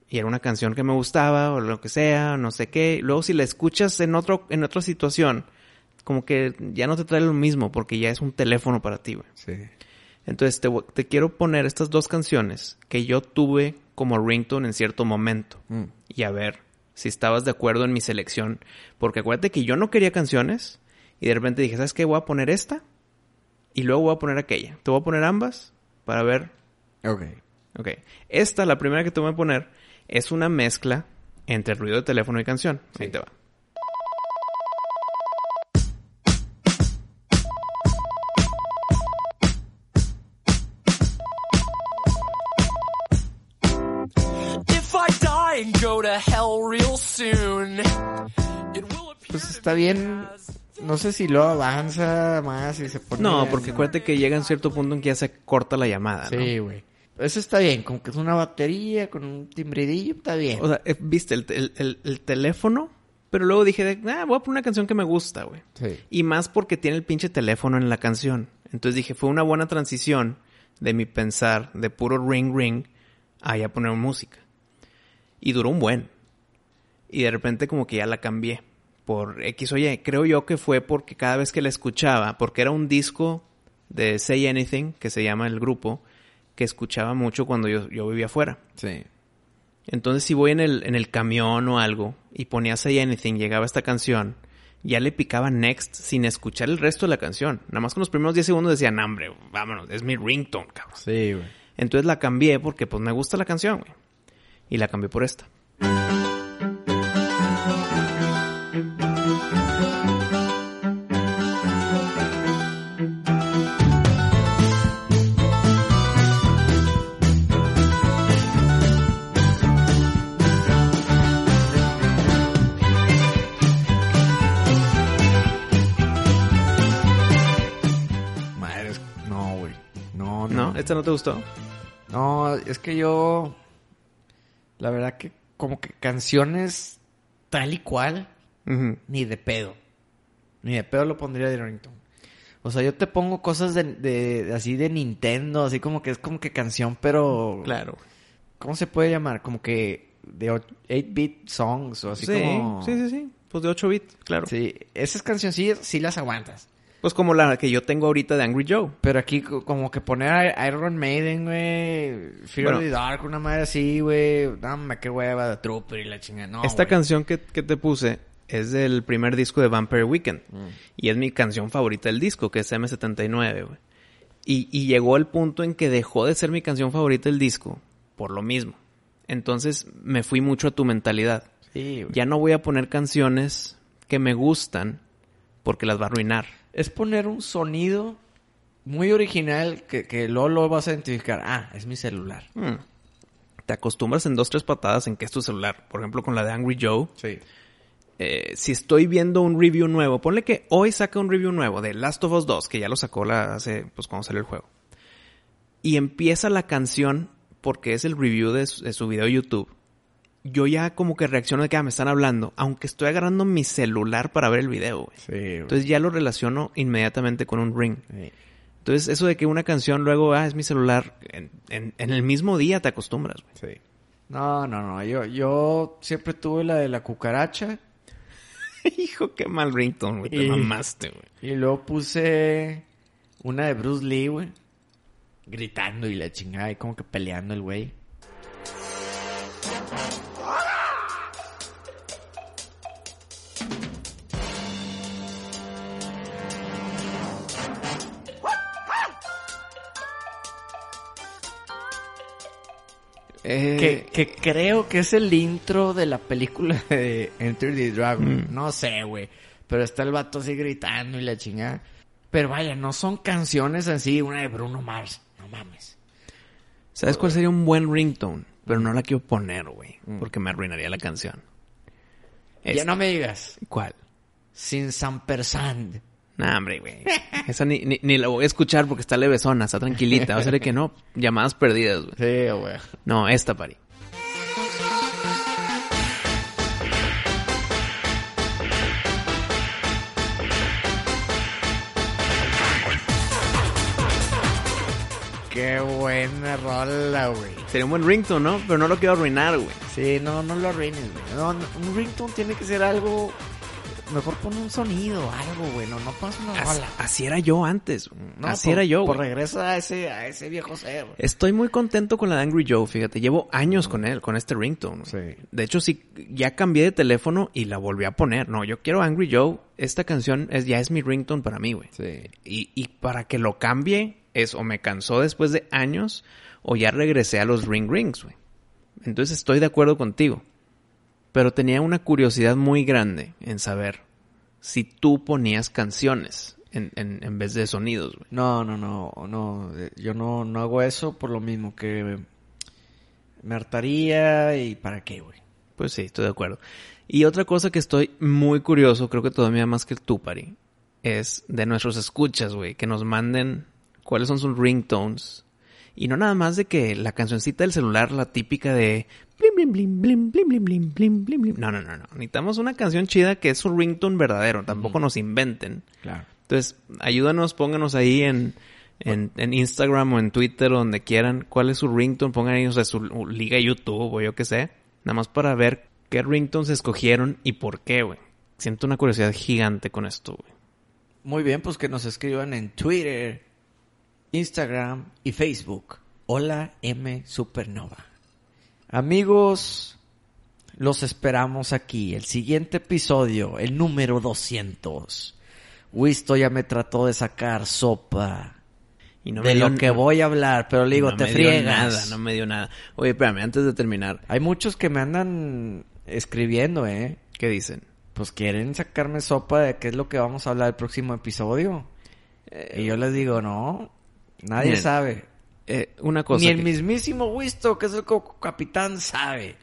Speaker 1: y era una canción que me gustaba o lo que sea, o no sé qué. Luego si la escuchas en otro en otra situación, como que ya no te trae lo mismo porque ya es un teléfono para ti, güey.
Speaker 2: Sí.
Speaker 1: Entonces te, vo- te quiero poner estas dos canciones que yo tuve como ringtone en cierto momento
Speaker 2: Mm.
Speaker 1: y a ver si estabas de acuerdo en mi selección, porque acuérdate que yo no quería canciones y de repente dije, ¿sabes qué? Voy a poner esta y luego voy a poner aquella. Te voy a poner ambas para ver
Speaker 2: Ok.
Speaker 1: Ok. Esta, la primera que te voy a poner, es una mezcla entre ruido de teléfono y canción. Ahí te va.
Speaker 6: If I die and go to hell real soon, it will appear
Speaker 2: Pues está bien. No sé si lo avanza más y se pone.
Speaker 1: No, porque acuérdate que llega un cierto punto en que ya se corta la llamada, ¿no?
Speaker 2: Sí, güey. Eso está bien, como que es una batería con un timbridillo, está bien.
Speaker 1: O sea, eh, viste el, el- el- el teléfono, pero luego dije, de, ah, voy a poner una canción que me gusta, güey.
Speaker 2: sí.
Speaker 1: Y más porque tiene el pinche teléfono en la canción. Entonces dije, fue una buena transición de mi pensar de puro ring ring a ya poner música. Y duró un buen. Y de repente como que ya la cambié por X o Y. Creo yo que fue porque cada vez que la escuchaba, porque era un disco de Say Anything, que se llama el grupo, que escuchaba mucho cuando yo, yo vivía afuera.
Speaker 2: Sí.
Speaker 1: Entonces, si voy en el, en el camión o algo y ponía Say Anything, llegaba esta canción, ya le picaba Next sin escuchar el resto de la canción. Nada más con los primeros 10 segundos decía, "Nah, hombre, vámonos, es mi ringtone, cabrón.
Speaker 2: Sí, güey.
Speaker 1: Entonces la cambié porque pues me gusta la canción, güey. Y la cambié por esta.
Speaker 2: Madres. No, güey. No, no.
Speaker 1: ¿No? ¿Esta no te gustó?
Speaker 2: No, es que yo. La verdad que, como que canciones tal y cual,
Speaker 1: Ujú.
Speaker 2: ni de pedo. Ni de pedo lo pondría de ringtone. O sea, yo te pongo cosas de, de- así de Nintendo, así como que es como que canción, pero
Speaker 1: Claro.
Speaker 2: ¿cómo se puede llamar? Como que de 8-bit songs o así
Speaker 1: Sí,
Speaker 2: como...
Speaker 1: sí, sí, sí. Pues de 8 bits, claro.
Speaker 2: Sí, esas cancioncillas sí las aguantas.
Speaker 1: Pues como la que yo tengo ahorita de Angry Joe.
Speaker 2: Pero aquí co- como que poner a Iron Maiden, güey, Fear
Speaker 1: Bueno.
Speaker 2: of the Dark, una madre así, güey, dame qué hueva de Trooper y la chingada. No,
Speaker 1: Esta
Speaker 2: güey.
Speaker 1: canción que, que te puse es del primer disco de Vampire Weekend.
Speaker 2: Mm.
Speaker 1: Y es mi canción favorita del disco, que es M79, güey. Y, y llegó el punto en que dejó de ser mi canción favorita del disco por lo mismo. Entonces me fui mucho a tu mentalidad.
Speaker 2: Sí, güey.
Speaker 1: Ya no voy a poner canciones que me gustan porque las va a arruinar.
Speaker 2: es poner un sonido muy original que, que luego lo vas a identificar. Ah, es mi celular.
Speaker 1: Hmm. Te acostumbras en dos, tres patadas en que es tu celular. Por ejemplo, con la de Angry Joe.
Speaker 2: Sí.
Speaker 1: eh, si estoy viendo un review nuevo, ponle que hoy saca un review nuevo de Last of Us 2, que ya lo sacó la, hace, pues cuando salió el juego. Y empieza la canción porque es el review de su, de su video de YouTube. Yo ya como que reacciono de que ah, me están hablando, aunque estoy agarrando mi celular para ver el video, güey.
Speaker 2: Sí, güey.
Speaker 1: Entonces ya lo relaciono inmediatamente con un ring.
Speaker 2: Sí.
Speaker 1: Entonces eso de que una canción luego, ah, es mi celular, en, en- en el mismo día te acostumbras, güey.
Speaker 2: Sí. No, no, no. Yo, yo siempre tuve la de la cucaracha
Speaker 1: Hijo, qué mal ringtone, güey. Te
Speaker 2: Y-
Speaker 1: mamaste, güey.
Speaker 2: y luego puse una de Bruce Lee, güey. Gritando y la chingada y como que peleando el güey.
Speaker 1: Eh,
Speaker 2: Que, que creo que es el intro de la película de Enter the Dragon. No sé, güey. Pero está el vato así gritando y la chingada. Pero vaya, no son canciones así, una de Bruno Mars. No mames.
Speaker 1: ¿Sabes cuál sería un buen ringtone? Pero no la quiero poner, güey.
Speaker 5: Mm.
Speaker 1: Porque me arruinaría la canción.
Speaker 2: Ya
Speaker 1: Esta.
Speaker 2: no me digas.
Speaker 1: ¿Cuál?
Speaker 2: Sin Sampersand.
Speaker 1: Nah, hombre, güey. Esa ni, ni, ni la voy a escuchar porque está levesona, está tranquilita. Va a ser de que no, llamadas perdidas, güey.
Speaker 2: Sí, güey.
Speaker 1: No, esta, pari.
Speaker 5: Qué buena rola, güey.
Speaker 1: Sería un buen ringtone, ¿no? Pero no lo quiero arruinar, güey.
Speaker 5: Sí, no, no lo arruines, güey. No, no, un ringtone tiene que ser algo. Mejor pon un sonido, algo, güey. No, no pones una
Speaker 1: As-
Speaker 5: rola.
Speaker 1: así era yo antes. güey.
Speaker 5: No,
Speaker 1: así
Speaker 5: por-
Speaker 1: era yo,
Speaker 5: Por
Speaker 1: güey.
Speaker 5: regresa a ese, a ese viejo ser.
Speaker 1: Estoy muy contento con la de Angry Joe, fíjate. Llevo años con él, con este ringtone. güey.
Speaker 5: Sí.
Speaker 1: De hecho, sí, ya cambié de teléfono y la volví a poner. No, yo quiero Angry Joe. Esta canción es, ya es mi ringtone para mí, güey.
Speaker 5: Sí.
Speaker 1: Y, y para que lo cambie es o me cansó después de años o ya regresé a los ring rings, güey. Entonces estoy de acuerdo contigo. Pero tenía una curiosidad muy grande en saber si tú ponías canciones en, en, en vez de sonidos, güey.
Speaker 2: No, no, no, no, eh, yo no, no hago eso por lo mismo que me hartaría y para qué, güey.
Speaker 1: Pues sí, estoy de acuerdo. Y otra cosa que estoy muy curioso, creo que todavía más que tú, Pari, es de nuestros escuchas, güey, que nos manden cuáles son sus ringtones. Y no nada más de que la cancioncita del celular, la típica de... blim, blim, blim, blim, blim, blim, blim, blim, blim, blim. No, no, no, no. Necesitamos una canción chida que es un ringtone verdadero. Tampoco nos inventen.
Speaker 5: Claro.
Speaker 1: Entonces, ayúdanos, pónganos ahí en, en, en Instagram o en Twitter o donde quieran cuál es su ringtone, pongan ahí, o sea, su u- liga YouTube o yo qué sé, nada más para ver qué ringtones escogieron y por qué, güey. Siento una curiosidad gigante con esto, güey.
Speaker 2: Muy bien, pues que nos escriban en Twitter, Instagram y Facebook. Hola M Supernova. Amigos, los esperamos aquí. El siguiente episodio, el número 200. Wisto ya me trató de sacar sopa
Speaker 1: Y no
Speaker 2: de
Speaker 1: dio
Speaker 2: lo que
Speaker 1: n-
Speaker 2: voy a hablar, pero le digo,
Speaker 1: no
Speaker 2: te
Speaker 1: me dio
Speaker 2: friegas.
Speaker 1: nada, no me dio nada. Oye, espérame, antes de terminar,
Speaker 2: Hay muchos que me andan escribiendo, ¿eh?
Speaker 1: ¿qué dicen?
Speaker 2: Pues quieren sacarme sopa de qué es lo que vamos a hablar el próximo episodio. y yo les digo, no, nadie
Speaker 1: Eh, miren,
Speaker 2: sabe.
Speaker 1: Eh, una cosa.
Speaker 2: Ni el
Speaker 1: que-
Speaker 2: mismísimo Wisto, que es el co- capitán, sabe.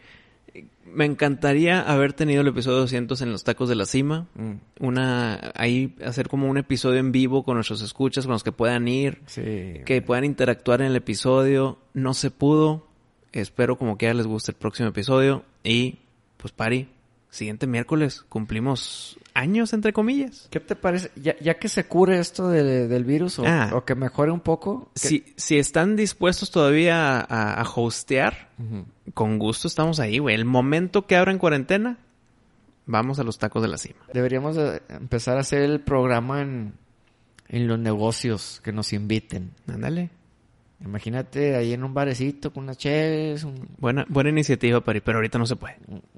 Speaker 1: Me encantaría haber tenido el episodio 200 en los tacos de la cima.
Speaker 2: Mm.
Speaker 1: Una, ahí hacer como un episodio en vivo con nuestros escuchas, con los que puedan ir.
Speaker 5: Sí.
Speaker 1: que puedan interactuar en el episodio. No se pudo. Espero como quiera les guste el próximo episodio. Y pues pari, siguiente miércoles cumplimos años entre comillas.
Speaker 2: ¿Qué te parece? Ya, ya que se cure esto de- del virus o,
Speaker 1: Ah.
Speaker 2: o que mejore un poco. que-
Speaker 1: Si, si están dispuestos todavía a, a hostear, con gusto estamos ahí, güey. El momento que abran cuarentena, vamos a los tacos de la cima.
Speaker 5: Deberíamos eh, empezar a hacer el programa en, en los negocios que nos inviten.
Speaker 1: Ándale.
Speaker 5: Imagínate ahí en un barecito con unas cheves, un-
Speaker 1: Buena, buena iniciativa, pari, pero ahorita no se puede.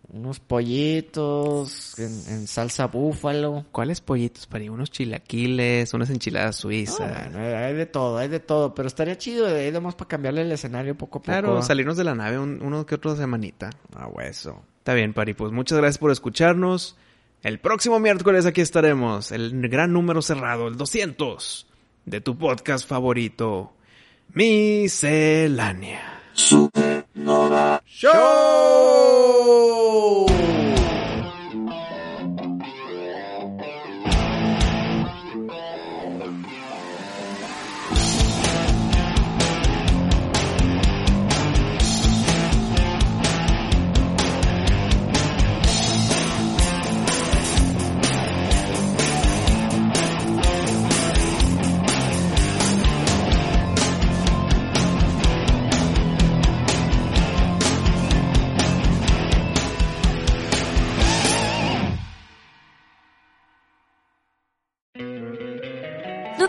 Speaker 5: unos pollitos en, en salsa búfalo.
Speaker 1: ¿Cuáles pollitos, pari? Unos chilaquiles, unas enchiladas
Speaker 5: No,
Speaker 2: Ah,
Speaker 1: suizas.
Speaker 5: bueno, hay de todo, hay de todo, pero estaría chido, ahí nomás para cambiarle el escenario poco a poco.
Speaker 1: claro,
Speaker 5: ¿va?
Speaker 1: salirnos de la nave un- uno que otra semanita.
Speaker 5: Ah, hueso.
Speaker 1: Está bien, Pari. Pues muchas gracias por escucharnos. El próximo miércoles aquí estaremos. El gran número cerrado, el 200 de tu podcast favorito, Miscelánea.
Speaker 7: ¿No